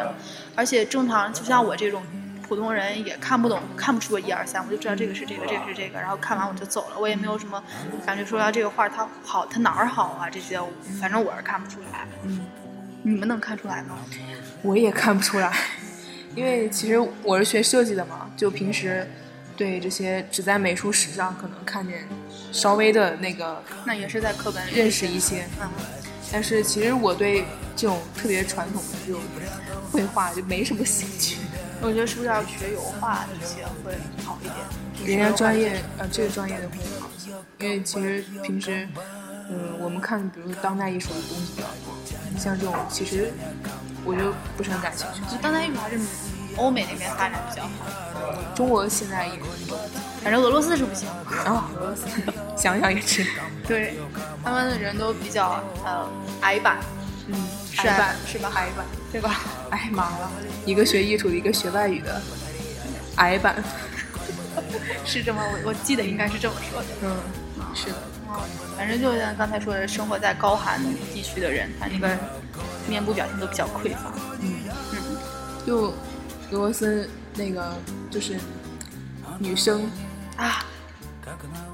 S2: 而且正常就像我这种普通人也看不懂，看不出个一二三，我就知道这个是这
S1: 嗯
S2: 个，这个是这个，然后看完我就走了，我也没有什么感觉说啊这个画它好，它哪儿好啊这些，反正我是看不出来。
S1: 嗯，
S2: 你们能看出来吗？
S1: 我也看不出来， 因为其实我是学设计的嘛，就平时对这些只在美术史上可能看见稍微的那个
S2: 那也是在课本里
S1: 认识一些，
S2: 嗯，
S1: 但是其实我对这种特别传统的这种绘画就没什么兴趣。
S2: 我觉得是不是要学油画这些会好一
S1: 人
S2: 点？
S1: 家专业呃这个专业的会好，因为其实平时嗯我们看比如当代艺术的东西比较多，像这种其实我就不是很感兴趣。
S2: 就当代艺术还是欧美那边发展比较好，
S1: 中国现在也
S2: 反正俄罗斯是不行。
S1: 啊，俄罗斯想想也知道，
S2: 对，他们的人都比较呃矮板，
S1: 嗯，
S2: 是
S1: 挨
S2: 吧
S1: 板？
S2: 是吧？矮板，对吧？
S1: 哎妈了，一个学艺术的，一个学外语的，矮板，
S2: 是这么，我我记得应该是这么说的。嗯
S1: 嗯，是的，
S2: 反正就像刚才说的，生活在高寒地区的人，他那个面部表情都比较匮乏。
S1: 嗯。
S2: 嗯，
S1: 就俄罗斯那个就是女生，
S2: 啊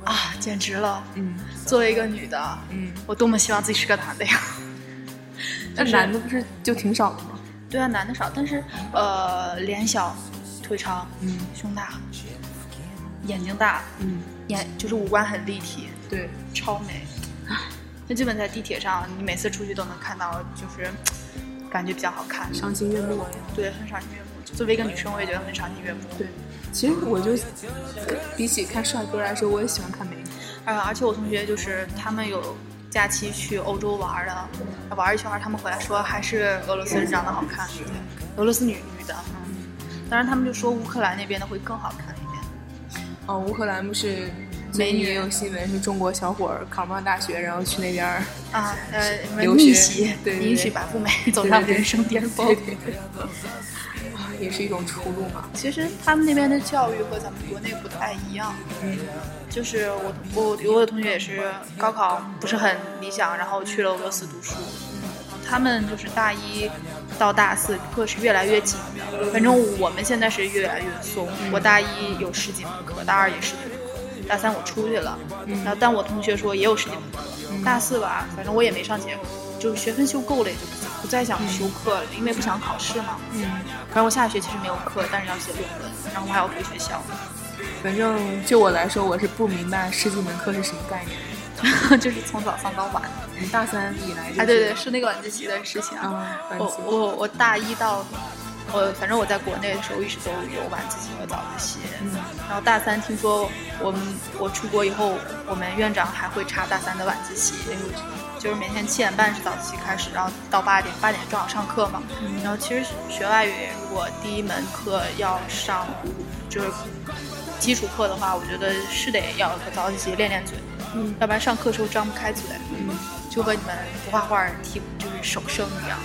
S2: 啊，简直了！
S1: 嗯
S2: 作为一个女的，
S1: 嗯，
S2: 我多么希望自己是个男的呀！
S1: 那男的不是嗯就挺少的吗？
S2: 对啊，男的少，但是呃，脸小，腿长，
S1: 嗯
S2: 胸大，眼睛大，
S1: 嗯，
S2: 眼就是五官很立体，
S1: 对，
S2: 超美。那基本在地铁上，你每次出去都能看到，就是感觉比较好看。
S1: 赏心悦目。
S2: 对，很赏心悦目。作为一个女生，我也觉得很赏心悦目。
S1: 对，其实我就比起看帅哥来说，我也喜欢看美女。
S2: 呃，而且我同学就是他们有假期去欧洲玩儿的，玩儿一圈儿，他们回来说还是俄罗斯人长得好看，俄罗斯女女的。嗯，当然他们就说乌克兰那边的会更好看一点。
S1: 哦，乌克兰不是最
S2: 美
S1: 近
S2: 女
S1: 也有新闻，是中国小伙儿考不上大学，然后去那边儿，
S2: 啊，呃，什么
S1: 留
S2: 逆
S1: 学
S2: 袭，
S1: 对对
S2: 迎
S1: 对
S2: 娶白富美，走上人生巅
S1: 哦
S2: 峰。
S1: 啊也是一种出路嘛。
S2: 其实他们那边的教育和咱们国内不太一样。
S1: 嗯
S2: 就是我我我有同学也是高考不是很理想，然后去了俄罗斯读书。嗯，他们就是大一到大四课是越来越紧的。反正我们现在是越来越松。我大一有十几门课，大二也十几门课，大三我出去了，然后但我同学说也有十几门课，大四吧，反正我也没上结课，就是学分修够了也就不想不再想修课了，因为不想考试嘛。
S1: 嗯，
S2: 反正我下学期是没有课，但是要写论文，然后我还要回学校。
S1: 反正就我来说，我是不明白十几门课是什么概念。
S2: 就是从早上到晚。
S1: 你大三以来、就是，
S2: 哎，对对，是那个晚自习的事情啊。
S1: 嗯晚
S2: 我
S1: 自习
S2: 我我大一到，我反正我在国内的时候一直都有晚自习和早自习。
S1: 嗯
S2: 然后大三听说我们我出国以后，我们院长还会查大三的晚自习，就是每天七点半是早自习开始，然后到八点，八点正好上课嘛。
S1: 嗯
S2: 然后其实学外语，如果第一门课要上就是基础课的话，我觉得是得要有个早自习练练嘴，
S1: 嗯
S2: 要不然上课时候张不开嘴。
S1: 嗯，
S2: 就和你们不画画提就是手生一样。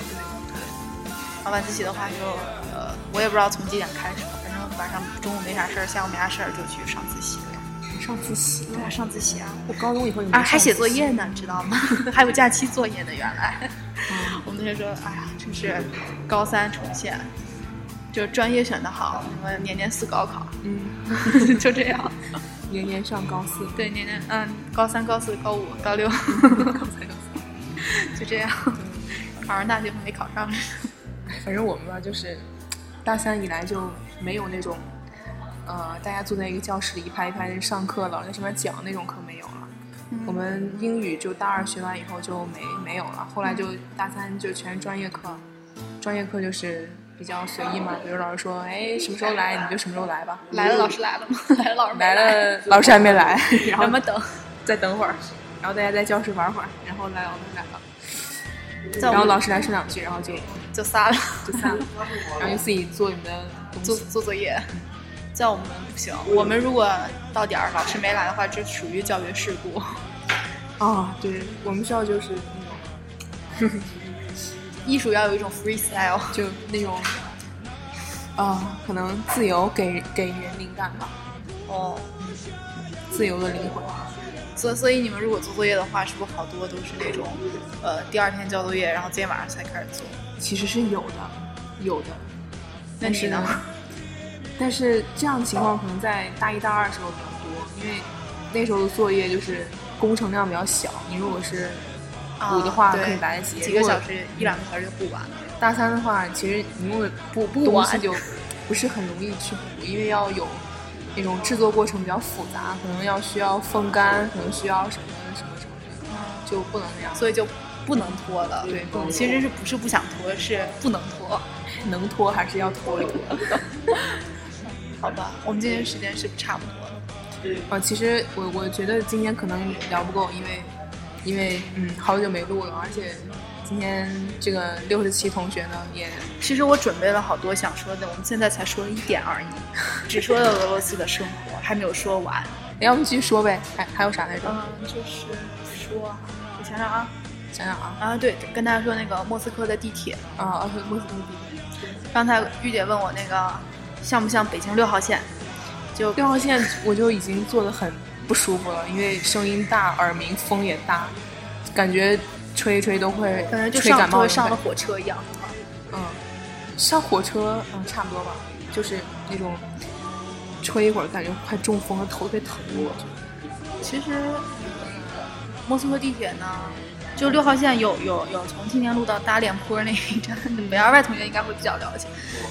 S2: 然后晚自习的话就呃，我也不知道从几点开始，反正晚上中午没啥事儿，下午没啥事儿就去上自习了。
S1: 上自习。
S2: 对啊，上自习啊。
S1: 我高中以后也没
S2: 啊，还
S1: 上
S2: 写
S1: 自
S2: 作
S1: 习
S2: 业呢，知道吗？ 还有假期作业呢。原来
S1: 嗯
S2: 我们那时候，哎呀，真是高三重现，就是专业选的好，什么年年四高考，
S1: 嗯，
S2: 就这样。
S1: 年年上高四。
S2: 对，年年嗯，高三、高四、高五、高六， 就这样。考上大学没考上，
S1: 反正我们吧，就是大三以来就没有那种，呃，大家坐在一个教室里一排一排地上课，老师在上面讲那种课没有了。
S2: 嗯
S1: 我们英语就大二学完以后就没没有了，后来就
S2: 嗯
S1: 大三就全是专业课，专业课就是比较随意嘛，比如老师说，哎，什么时候来你就什么时候来吧。
S2: 来了，老师来了吗？来了，老师没
S1: 来，了，老师还没 来，然后
S2: 咱们等。
S1: 再等会儿，然后大家在教室玩会儿，然后来老师来了，
S2: 在
S1: 然
S2: 我
S1: 后
S2: 们
S1: 老师来说两句，然后就
S2: 就仨了，
S1: 就散 了，然后就自己做你们的东
S2: 做
S1: 西。
S2: 做作业。在我们不行，我们如果到点儿老师没来的话，就属于教学事故。
S1: 啊，对，我们学校就是那种，
S2: 艺术要有一种 freestyle，
S1: 就那种，啊，可能自由给给人灵感吧，
S2: 哦，
S1: 自由的灵魂。
S2: 所所以你们如果做作业的话，是不是好多都是那种，呃，第二天交作业，然后今天晚上才开始做？
S1: 其实是有的，有的。
S2: 那
S1: 但
S2: 你
S1: 是
S2: 呢？
S1: 但是这样的情况可能在大一大二的时候比较多，因为那时候的作业就是工程量比较小，你如果是补的话
S2: 啊对
S1: 可以来得及，
S2: 几个
S1: 如果
S2: 小时一两个小时就补完了。
S1: 大三的话，其实你用的不不东西
S2: 短
S1: 就不是很容易去补，因为要有那种制作过程比较复杂，可能要需要风干，可能需要什么什么什么什么，就不能那 样。
S2: 所以就不能拖了。嗯
S1: 对不能拖
S2: 其实是不是不想拖，是不能拖。
S1: 能拖还是要拖一拖。
S2: 好吧，我们今天时间是差不多了。
S1: 啊，其实我我觉得今天可能聊不够，因为因为嗯好久没录了，而且今天这个六十七同学呢也
S2: 其实我准备了好多想说的，我们现在才说了一点而已，只说了俄罗斯的生活，还没有说完。
S1: 哎，要不继续说呗？还还有啥来着？
S2: 嗯，就是说，我想想啊，
S1: 想想啊
S2: 啊对，跟大家说那个莫斯科的地铁，
S1: 啊啊！莫斯科地
S2: 刚才玉姐问我那个像不像北京六号线，就
S1: 六号线我就已经坐得很不舒服了，因为声音大，耳鸣，风也大，感觉吹一吹都会
S2: 反正就
S1: 吹感
S2: 上就
S1: 冒
S2: 会
S1: 的
S2: 上了
S1: 感觉
S2: 火车一样。
S1: 嗯，上火车嗯差不多吧，就是那种吹一会儿感觉快中风了，头特别疼，我觉得。
S2: 其实莫斯科地铁呢，就六号线有有有从青年路到大脸坡那一站， 北二外同学应该会比较了解。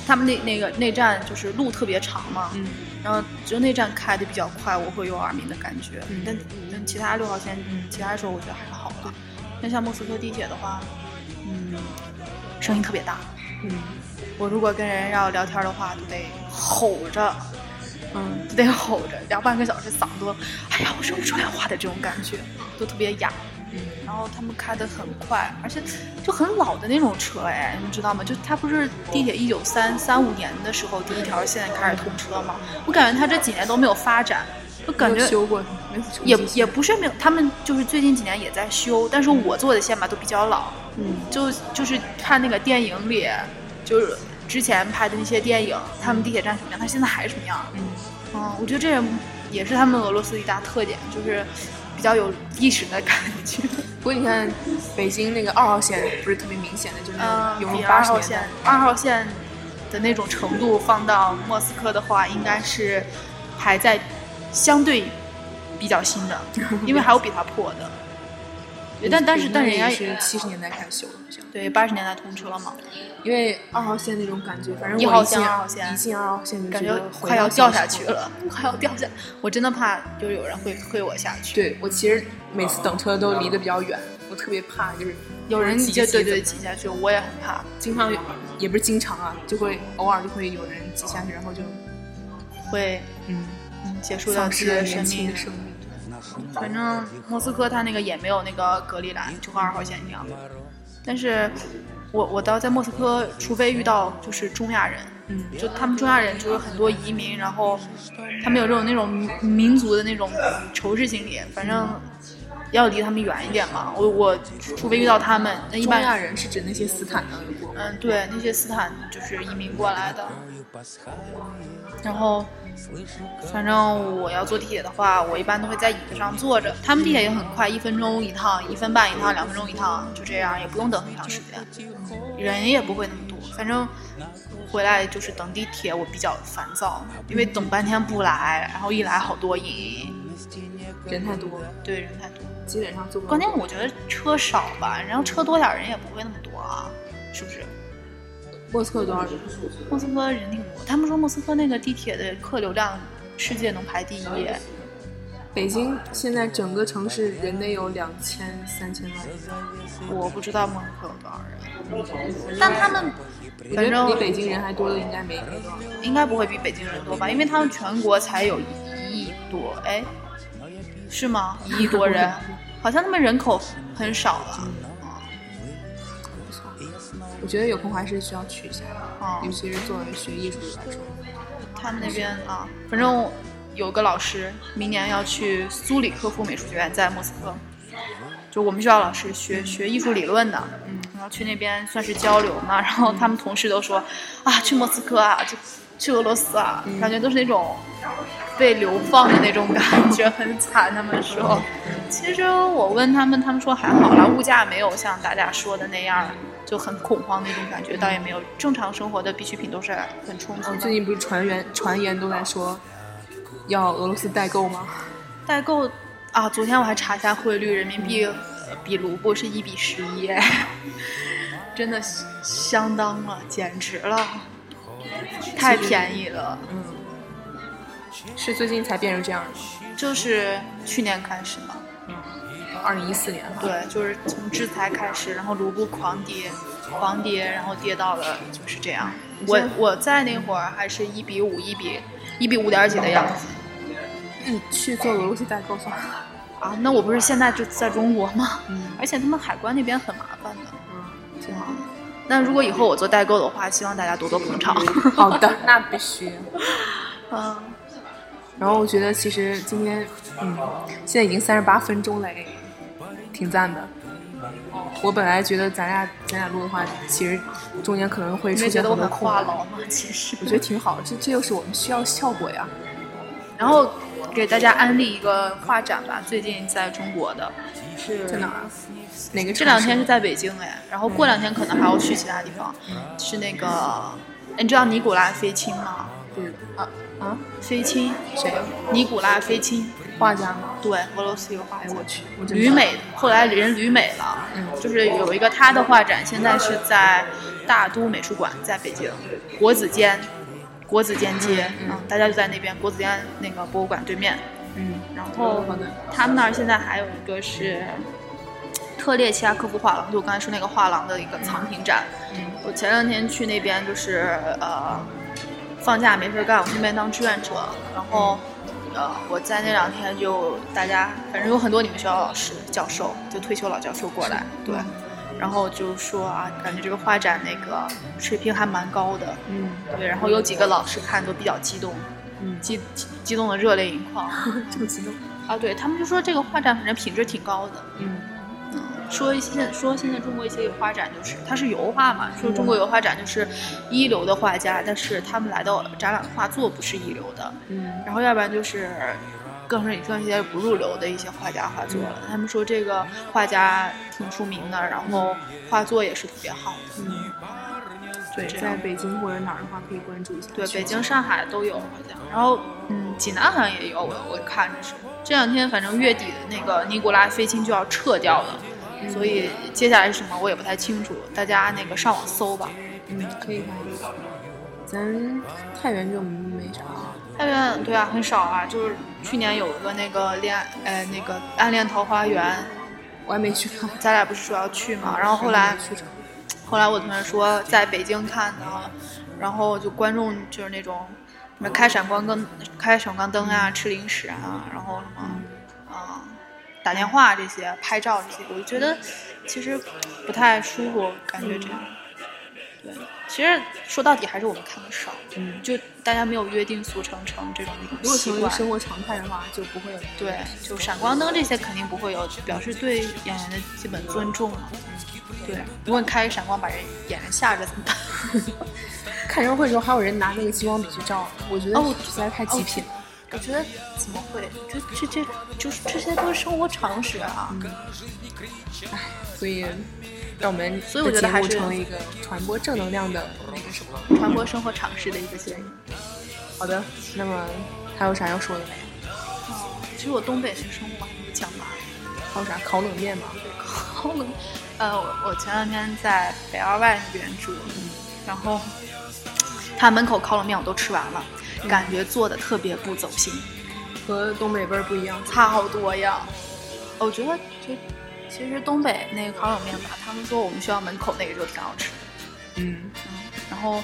S2: 他们那那个那站就是路特别长嘛，
S1: 嗯。
S2: 然后就那站开的比较快，我会有耳鸣的感觉。
S1: 嗯
S2: 但但其他六号线，其他时候我觉得还好了。那像莫斯科地铁的话，嗯，声音特别大。
S1: 嗯
S2: 我如果跟人要聊天的话，都得吼着，
S1: 嗯
S2: 都得吼着聊半个小时，嗓子都，哎呀，我说不出来话的这种感觉，都特别哑。
S1: 嗯
S2: 然后他们开得很快，而且就很老的那种车，哎，你们知道吗？就它不是地铁一九三三五年的时候第一条线开始通车吗？我感觉它这几年都没有发展，我感觉
S1: 修过，没有
S2: 也也不是没有，他们就是最近几年也在修，但是我坐的线吧都比较老，
S1: 嗯
S2: 就就是看那个电影里，就是之前拍的那些电影，他们地铁站什么样，它现在还是什么样。
S1: 嗯
S2: 嗯，我觉得这也也是他们俄罗斯的一大特点，就是比较有历史的感觉。
S1: 过你看北京那个二号线不是特别明显的，就是
S2: 嗯，
S1: 有
S2: 比
S1: 八
S2: 二
S1: 十
S2: 号
S1: 年
S2: 线
S1: 代，
S2: 二号线的那种程度放到莫斯科的话，应该是排在相对比较新 的，因为还有比它破的。嗯对但但是但人家
S1: 也是七十年代开始修的，好像。
S2: 对八十年代通车嘛，
S1: 因为二号线那种感觉，反正我
S2: 一号
S1: 一进
S2: 线二号线
S1: 一进二号线就
S2: 感
S1: 觉
S2: 觉
S1: 得回
S2: 快
S1: 到
S2: 要掉
S1: 小
S2: 下
S1: 时
S2: 去
S1: 候。
S2: 了，快要掉下，我真的怕就有人会推我下去。
S1: 对我其实每次等车都离得比较远，我特别怕就是
S2: 有人
S1: 挤
S2: 就嗯对
S1: 挤
S2: 对
S1: 怎么
S2: 挤下去，我也很怕。
S1: 经常有也不是经常啊，就会偶尔就会有人挤下去，然后就
S2: 会
S1: 嗯
S2: 嗯结束掉
S1: 丧
S2: 自
S1: 失
S2: 己
S1: 了
S2: 的
S1: 年
S2: 生
S1: 轻
S2: 命
S1: 的。生命。
S2: 反正莫斯科它那个也没有那个隔离栏，就和二号线一样。但是我我到在莫斯科，除非遇到就是中亚人，
S1: 嗯，
S2: 就他们中亚人就是很多移民，然后他们有这种那种民民族的那种仇视心理，反正要离他们远一点嘛。我我除非遇到他们，那一
S1: 中亚
S2: 般
S1: 人是指那些斯坦的国
S2: 嗯对那些斯坦就是移民过来的，然后。反正我要坐地铁的话，我一般都会在椅子上坐着。他们地铁也很快，一分钟一趟，一分半一趟，两分钟一趟，就这样，也不用等很长时间，人也不会那么多。反正回来就是等地铁，我比较烦躁，因为等半天不来，然后一来好多人，
S1: 人太多了，
S2: 对人太多。
S1: 基本上坐不
S2: 关
S1: 了
S2: 键我觉得车少吧，然后车多点儿人也不会那么多啊，是不是？
S1: 莫斯科有多少人？
S2: 莫斯科人挺多，他们说莫斯科那个地铁的客流量世界能排第一。
S1: 北京现在整个城市人得有两千三千万人，
S2: 我不知道蒙克有多少人，但他们
S1: 我觉
S2: 反
S1: 得
S2: 正
S1: 比北京人还多的应该没没多少。
S2: 应该不会比北京人多吧？因为他们全国才有一亿多，哎，是吗？一亿多人，好像他们人口很少啊了。
S1: 不错，我觉得有空还是需要去一下，
S2: 哦
S1: 尤其是作为学艺术的来说。
S2: 他们那边啊，反正有个老师明年要去苏里科夫美术学院，在莫斯科，就我们学校老师学学艺术理论的，嗯，然后去那边算是交流嘛。 然后他们同事都说，啊，去莫斯科啊，就去俄罗斯啊，
S1: 嗯
S2: 感觉都是那种被流放的那种感觉，很惨。他们说，
S1: 嗯
S2: 其实我问他们，他们说还好啦，物价没有像大家说的那样。就很恐慌那种感觉，倒也没有。正常生活的必需品都是很充足的。
S1: 嗯，最近不是传言传言都在说要俄罗斯代购吗？
S2: 代购啊，昨天我还查一下汇率，人民币呃比卢布是一比十一，哎真的相当了，简直了，太便宜了。
S1: 嗯，是最近才变成这样的。
S2: 就是去年开始嘛，
S1: 二零一四年哈，
S2: 对，就是从制裁开始，然后卢布狂跌，狂跌，然后跌到了就是这样。我我在那会儿还是一比五、一比一比五点几的样子
S1: 你嗯去做俄罗斯代购算了。
S2: 啊，那我不是现在就在中国吗？
S1: 嗯
S2: 而且他们海关那边很麻烦的。
S1: 嗯，挺好。
S2: 那如果以后我做代购的话，希望大家多多捧场。
S1: 好的， 那必须。
S2: 嗯，
S1: 然后我觉得其实今天，嗯，现在已经三十八分钟了，哎，挺赞的。我本来觉得咱俩咱俩录的话，其实中间可能会
S2: 你
S1: 出
S2: 没觉
S1: 现
S2: 得我
S1: 多
S2: 很
S1: 空
S2: 话
S1: 白。
S2: 痨吗？其实
S1: 我觉得挺好，这这就是我们需要的效果呀。
S2: 然后给大家安利一个画展吧，最近在中国的，是
S1: 在哪儿啊？哪个城市？啊
S2: 这两天是在北京哎，然后过两天可能还要去其他地方，是那个，哎你知道尼古拉菲钦吗？
S1: 对啊啊，
S2: 菲钦，
S1: 谁？啊
S2: 尼古拉菲钦，
S1: 画家吗？
S2: 对，俄罗斯一个画
S1: 哎，
S2: 家
S1: 我。去，我真
S2: 旅
S1: 不知道
S2: 美，后来人旅美了，
S1: 嗯
S2: 就是有一个他的画展，现在是在大都美术馆，在北京国子监，国子监街，
S1: 嗯嗯
S2: 大家就在那边国子监那个博物馆对面。
S1: 嗯，
S2: 然后
S1: 好的
S2: 他们那儿现在还有一个是特列契亚科夫画廊，就我刚才说那个画廊的一个藏品展。
S1: 嗯
S2: 我前两天去那边就是呃，放假没事儿干，我去那边当志愿者，然后呃，我在那两天就大家反正有很多你们学校老师、教授，就退休老教授过来，对，然后就说啊，感觉这个画展那个水平还蛮高的，
S1: 嗯
S2: 对，然后有几个老师看都比较激动，
S1: 嗯，
S2: 激激激动的热泪盈眶
S1: 这么激动，
S2: 啊，对他们就说这个画展反正品质挺高的，
S1: 嗯
S2: 说一些说现在中国一些油画展就是，它是油画嘛，说中国油画展就是一流的画家，但是他们来到展览的画作不是一流的，
S1: 嗯
S2: 然后要不然就是更是你算些不入流的一些画家画作了。他们说这个画家挺出名的，然后画作也是特别好的。
S1: 嗯，对，
S2: 这样
S1: 在北京或者哪儿的话，可以关注一下。
S2: 对，
S1: 去
S2: 北
S1: 一下
S2: 京、上海都有好像，然后嗯，济南好像也有，我我看着是。这两天反正月底的那个尼古拉菲钦就要撤掉了，所以接下来是什么我也不太清楚，大家那个上网搜吧。
S1: 嗯，可以关注。咱太原就没啥，
S2: 太原对啊，很少啊，就是去年有一个那个恋爱呃那个暗恋桃花源，
S1: 我还没去看。
S2: 咱俩不是说要去嘛， 然后后来
S1: 去成，
S2: 后来我同学说在北京看的，然后就观众就是那种什么开闪光灯、开闪光灯
S1: 嗯
S2: 啊，吃零食啊，然后什么啊、打电话这些、拍照这些，我就觉得其实不太舒服，感觉这样。对，其实说到底还是我们看的少，
S1: 嗯，
S2: 就大家没有约定俗成成这种
S1: 如果
S2: 习
S1: 成为
S2: 惯。
S1: 生活常态的话，就不会有。
S2: 对，就闪光灯这些肯定不会有，表示对演员的基本尊重嘛。嗯对，如果你开着闪光把人演员吓着怎么办？
S1: 看演唱会的时候，还有人拿那个激光笔去照，我觉得
S2: 哦
S1: 实在太极品了。
S2: 我觉得怎么会？就这这就是这些都是生活常识啊。
S1: 所以，让我们
S2: 所以我觉得还是
S1: 的节目成为一个传播正能量的那个什么。
S2: 传播生活常识的一个建议。
S1: 好的，那么还有啥要说的没？
S2: 哦，其实我东北那个生活我还没有讲完。
S1: 还有啥烤冷面吗？
S2: 后冷，呃，我我前两天在北二外那边住，然后他门口烤冷面我都吃完了，感觉做的特别不走心，
S1: 和东北味儿不一样。
S2: 差好多呀。我觉得就其实东北那个烤冷面吧，他们说我们学校门口那个就挺好吃的。
S1: 嗯，
S2: 然后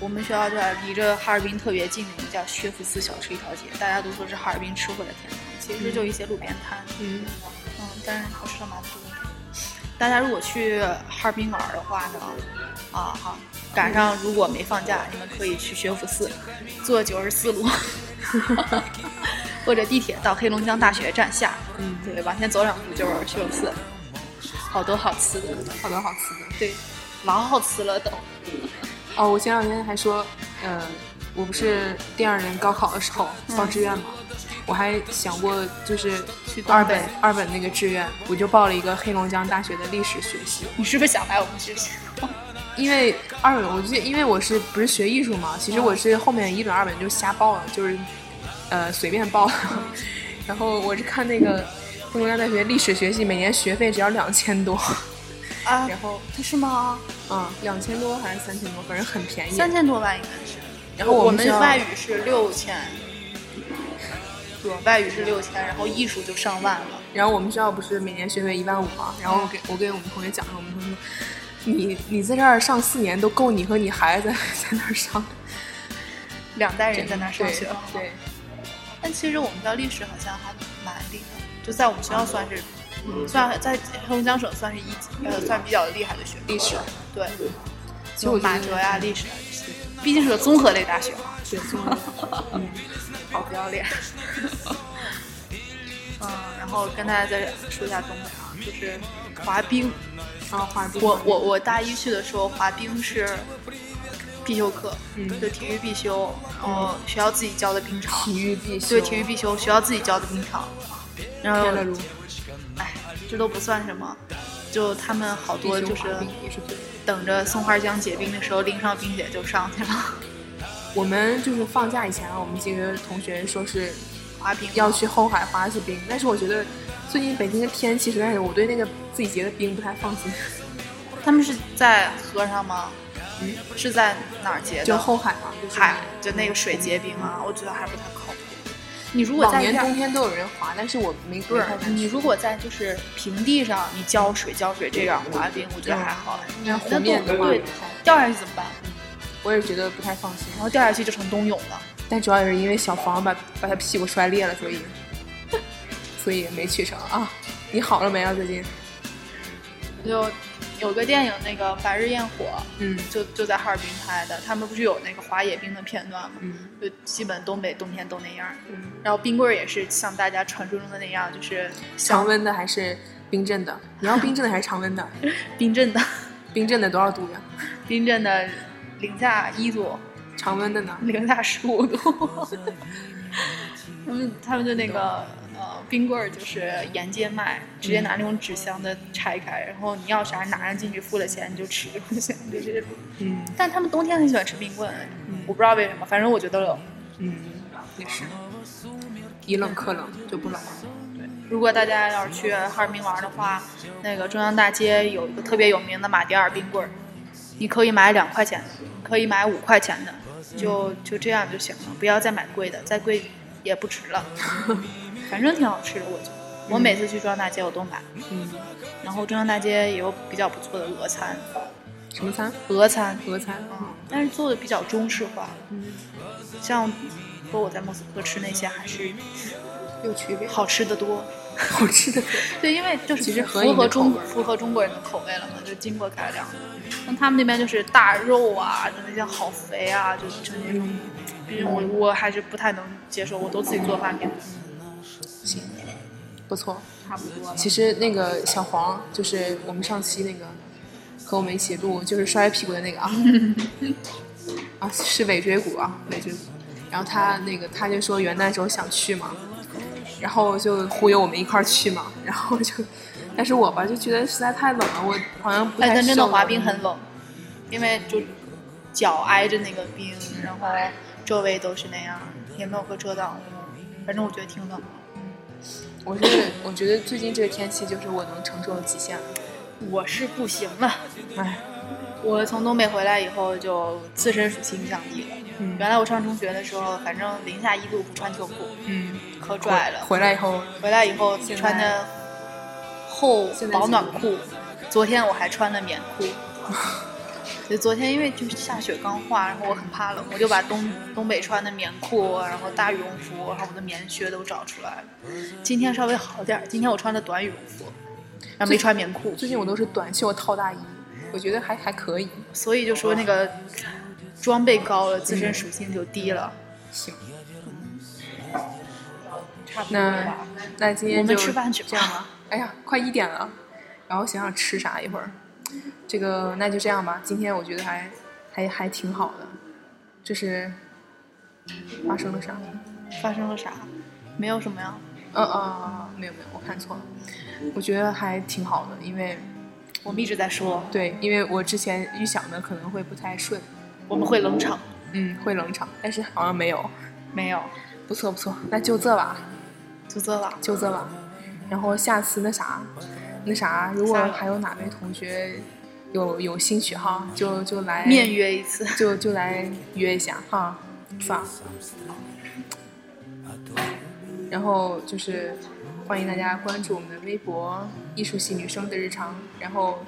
S2: 我们学校这儿离着哈尔滨特别近的一个叫薛福寺小吃一条街，大家都说是哈尔滨吃货的天堂，其实就一些路边摊，
S1: 嗯，
S2: 嗯，但是好吃的蛮多的。大家如果去哈尔滨玩儿的话呢，啊哈，赶上如果没放假，你们可以去学府寺，坐九十四路， 或者地铁到黑龙江大学站下，
S1: 嗯
S2: 对，往前走两步就是学府寺，好多好吃的，
S1: 嗯好多好吃的。
S2: 对，老好吃了都。
S1: 哦，我前两天还说，呃，我不是第二年高考的时候
S2: 嗯
S1: 报志愿嘛，我还想过就是
S2: 去东
S1: 二本
S2: 北
S1: 二本那个志愿，我就报了一个黑龙江大学的历史学系，
S2: 你是不是想来我们学校？
S1: 因为二本我记得，因为我是不是学艺术嘛，其实我
S2: 嗯
S1: 是后面一本二本就瞎报了，就是呃随便报， 然后我是看那个黑龙江大学历史学系每年学费只要两千多，
S2: 啊
S1: 然后
S2: 是吗？
S1: 嗯 两千多还是三千多，反正很便宜。
S2: 三千多吧，应该是。
S1: 然后
S2: 我
S1: 们学校
S2: 外语是六千，对，外语是六千，然后艺术就上万了。
S1: 然后我们学校不是每年学费一万五嘛，然后我给我给我们同学讲说，我们同学说，你你在这儿上四年都够你和你孩子 在那儿上，
S2: 两代人在那上学。
S1: 对，对
S2: 但其实我们的历史好像还蛮厉害的，就在我们学校算是，算在黑龙江省算是一级呃算比较厉害的学科
S1: 历史
S2: 了。对，
S1: 其实我
S2: 就
S1: 觉
S2: 马
S1: 得
S2: 哲呀、历史啊这些，毕竟是个综合类大学嘛。
S1: 对，综合嗯，
S2: 好不要脸。 嗯，然后跟大家再说一下东北啊，就是滑冰。
S1: 然后滑冰，
S2: 我我我大一去的时候，滑冰是必修课，
S1: 嗯
S2: 就体育必修，然后学校自己教的冰场，
S1: 体育必修，嗯
S2: 对，体育必修，学校自己教的冰场。然后
S1: 天，乐如
S2: 哎，这都不算什么，就他们好多
S1: 必
S2: 就
S1: 修
S2: 是
S1: 滑冰也是对。
S2: 等着松花江结冰的时候拎上冰姐就上去了，
S1: 我们就是放假以前啊，我们几个同学说是
S2: 滑冰
S1: 要去后海滑一次冰，但是我觉得最近北京的天气实在是，我对那个自己结的冰不太放心，
S2: 他们是在河上吗？
S1: 嗯，
S2: 是在哪儿结的？
S1: 就后海嘛，就是
S2: 海，就那个水结冰啊，我觉得还不太靠谱。你如果
S1: 往
S2: 在
S1: 年
S2: 这
S1: 冬
S2: 儿
S1: 天都有人滑，但是我没
S2: 不
S1: 没
S2: 是
S1: 太敢
S2: 你
S1: 去。
S2: 如果在就是平地上，你浇水浇水这样滑冰，我觉得还好。你
S1: 嗯那
S2: 那
S1: 湖面的
S2: 都
S1: 话，
S2: 对掉下去怎么办？
S1: 我也觉得不太放心。
S2: 然后掉下去就成冬泳了。
S1: 但主要也是因为小房把把他屁股摔裂了，所以所以没去成啊。你好了没啊？最近？
S2: 就有个电影那个《白日焰火
S1: 嗯》，
S2: 就就在哈尔滨拍的，他们不是有那个滑野冰的片段吗？
S1: 嗯
S2: 就基本东北冬天都那样。
S1: 嗯，
S2: 然后冰棍儿也是像大家传说中的那样，就是
S1: 常温的还是冰镇的？你要冰镇的还是常温的？
S2: 冰镇的，
S1: 冰镇的多少度呀？
S2: 冰镇的零下一度，
S1: 常温的呢？
S2: 零下十五度。 他们他们的那个呃冰棍儿就是沿街卖，直接拿那种纸箱的拆开，然后你要啥拿上进去，付了钱你就吃就行，就这种。
S1: 嗯
S2: 但他们冬天很喜欢吃冰棍，我不知道为什么，反正我觉得冷。
S1: 嗯，也是，以冷克冷就不冷了。
S2: 如果大家要是去哈尔滨玩的话，那个中央大街有一个特别有名的马迭尔冰棍儿，你可以买两块钱的，你可以买五块钱的，就就这样就行了，不要再买贵的，再贵也不值 了。反正挺好吃的，我觉得。我每次去中央大街我都买，
S1: 嗯，
S2: 然后中央大街也有比较不错的俄餐，
S1: 什么餐？
S2: 俄餐，
S1: 俄餐。
S2: 嗯，但是做的比较中式化，
S1: 嗯，
S2: 像和我在莫斯科吃那些还是
S1: 有区别，
S2: 好吃的多。
S1: 好吃的。
S2: 对，因为就是
S1: 其实合
S2: 符
S1: 你
S2: 合
S1: 的口
S2: 中
S1: 味儿
S2: 符合中国人的口味了嘛，就经过改良。那他们那边就是大肉啊，就那些好肥啊，就就那种，毕竟我我还是不太能接受，我都自己做饭给
S1: 行，不错。
S2: 差不多了。
S1: 其实那个小黄，就是我们上期那个和我们一起录，就是摔屁股的那个啊， 啊是尾椎骨啊，尾椎骨。然后他那个他就说元旦时候想去嘛，然后就忽悠我们一块儿去嘛，然后就，但是我吧就觉得实在太冷了，我好像不
S2: 哎，
S1: 太。
S2: 但真的滑冰很。冷，因为就脚挨着那个冰，然后周围都是那样，也没有会遮挡。反正我觉得挺冷的。
S1: 我是我觉得最近这个天气就是我能承受的极限了。
S2: 我是不行了，
S1: 哎，
S2: 我从东北回来以后就自身属性降低了。
S1: 嗯
S2: 原来我上中学的时候，反正零下一度不穿秋裤，
S1: 嗯，
S2: 可拽了。
S1: 回来以后，
S2: 回来以后
S1: 现在
S2: 穿的厚
S1: 现在
S2: 保暖裤，昨天我还穿了棉 裤。就昨天因为就是下雪刚化，然后我很怕冷，我就把东东北穿的棉裤，然后大羽绒服，然后我的棉靴都找出来了。今天稍微好点儿，今天我穿的短羽绒服，然后没穿棉裤，
S1: 最近我都是短袖套大衣，我觉得还还可以。
S2: 所以就说那个装备高了，自身属性就低了，
S1: 行，
S2: 差不多了
S1: 那
S2: 吧。
S1: 那今
S2: 我
S1: 天就
S2: 们吃饭去吧
S1: 这样吧。哎呀，快一点了，然后想想吃啥一会儿。这个那就这样吧，今天我觉得还还还挺好的。这是发生了啥？
S2: 发生了啥？没有什么呀。
S1: 嗯嗯，没有没有，我看错了。我觉得还挺好的，因为
S2: 我们一直在说
S1: 对，因为我之前预想的可能会不太顺，
S2: 我们会冷场，
S1: 嗯，会冷场，但是好像没有。
S2: 没有，
S1: 不错不错，那就这吧。
S2: 就这了。
S1: 就这吧。然后下次那啥，那啥，如果
S2: 下
S1: 还有哪位同学有有兴趣哈，就就来
S2: 面约一次，
S1: 就就来约一下哈，是吧？然后就是欢迎大家关注我们的微博“艺术系女生的日常”，然后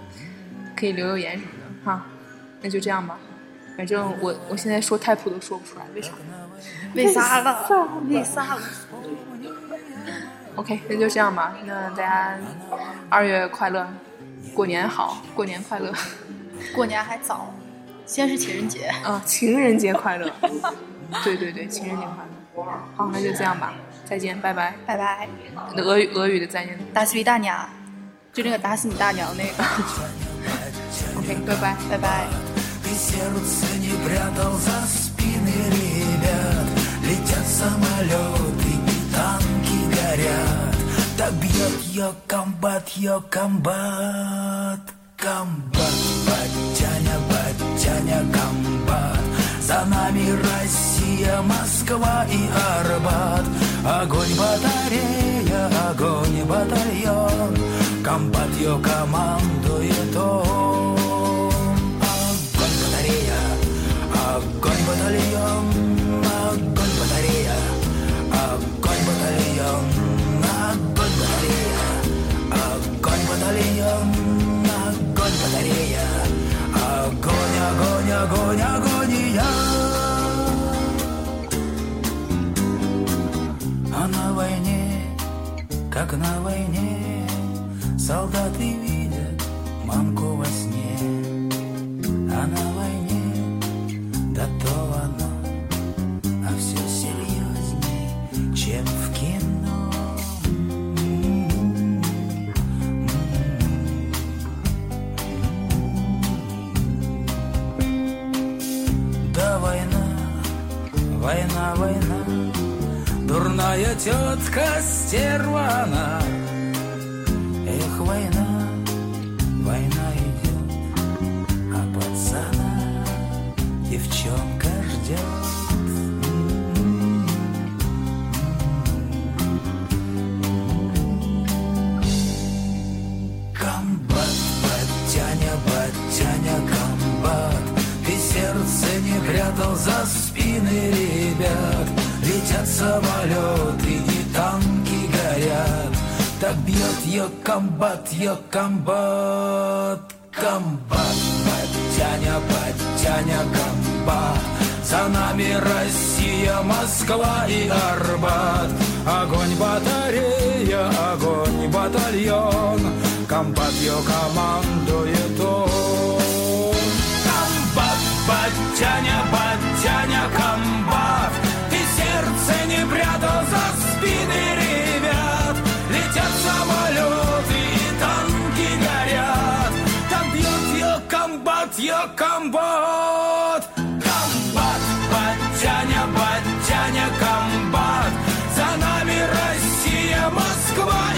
S1: 可以留留言什么的哈。那就这样吧，反正我我现在说太普都说不出来，为啥
S2: 为啥了？为啥了？
S1: ？OK，那就这样吧。那大家二月快乐，过年好，过年快乐。
S2: 过年还早，先是情人节，
S1: 啊，情人节快乐！ 对对对，情人节快乐。好，那就这样吧，再见，拜拜。
S2: 拜拜，
S1: 俄语俄语的再见
S2: 打死你大娘，就那个打死你大娘那个，
S1: ，OK，拜拜。
S2: 拜拜。
S3: И сердце не прятал за спины ребят Летят самолеты и танки горят Да бьет ее комбат, ее комбат Комбат, батяня, батяня, комбат За нами Россия, Москва и Арбат Огонь батарея, огонь батальон Комбат ее командует он Огонь батарея, огонь батальон, огонь батарея, огонь батальон, огонь батарея, огонь батальон, огонь батарея, огонь, огонь, огонь, огонь и я. А на войне как на войне Солдаты видят мамку во сне А на войне, да то оно А все серьезней, чем в кино Да война, война, война Дурна Моя тетка стерва она. Эх, война, война идет, а пацана девчонка ждет. Комбат, батяня, батяня, комбат Ты сердце не прятал за спины ребят Летят самолеты и танки горят Так бьет ее комбат, ее комбат Комбат, батяня, батяня, комбат За нами Россия, Москва и Арбат Огонь батарея, огонь батальон Комбат ее командует он Комбат, батяня, батяня, комбат Ты сердце не прятал за спины ребят Летят самолеты и танки горят Там бьет ее комбат, ее комбат Комбат, батяня, батяня, комбат За нами Россия, Москва и А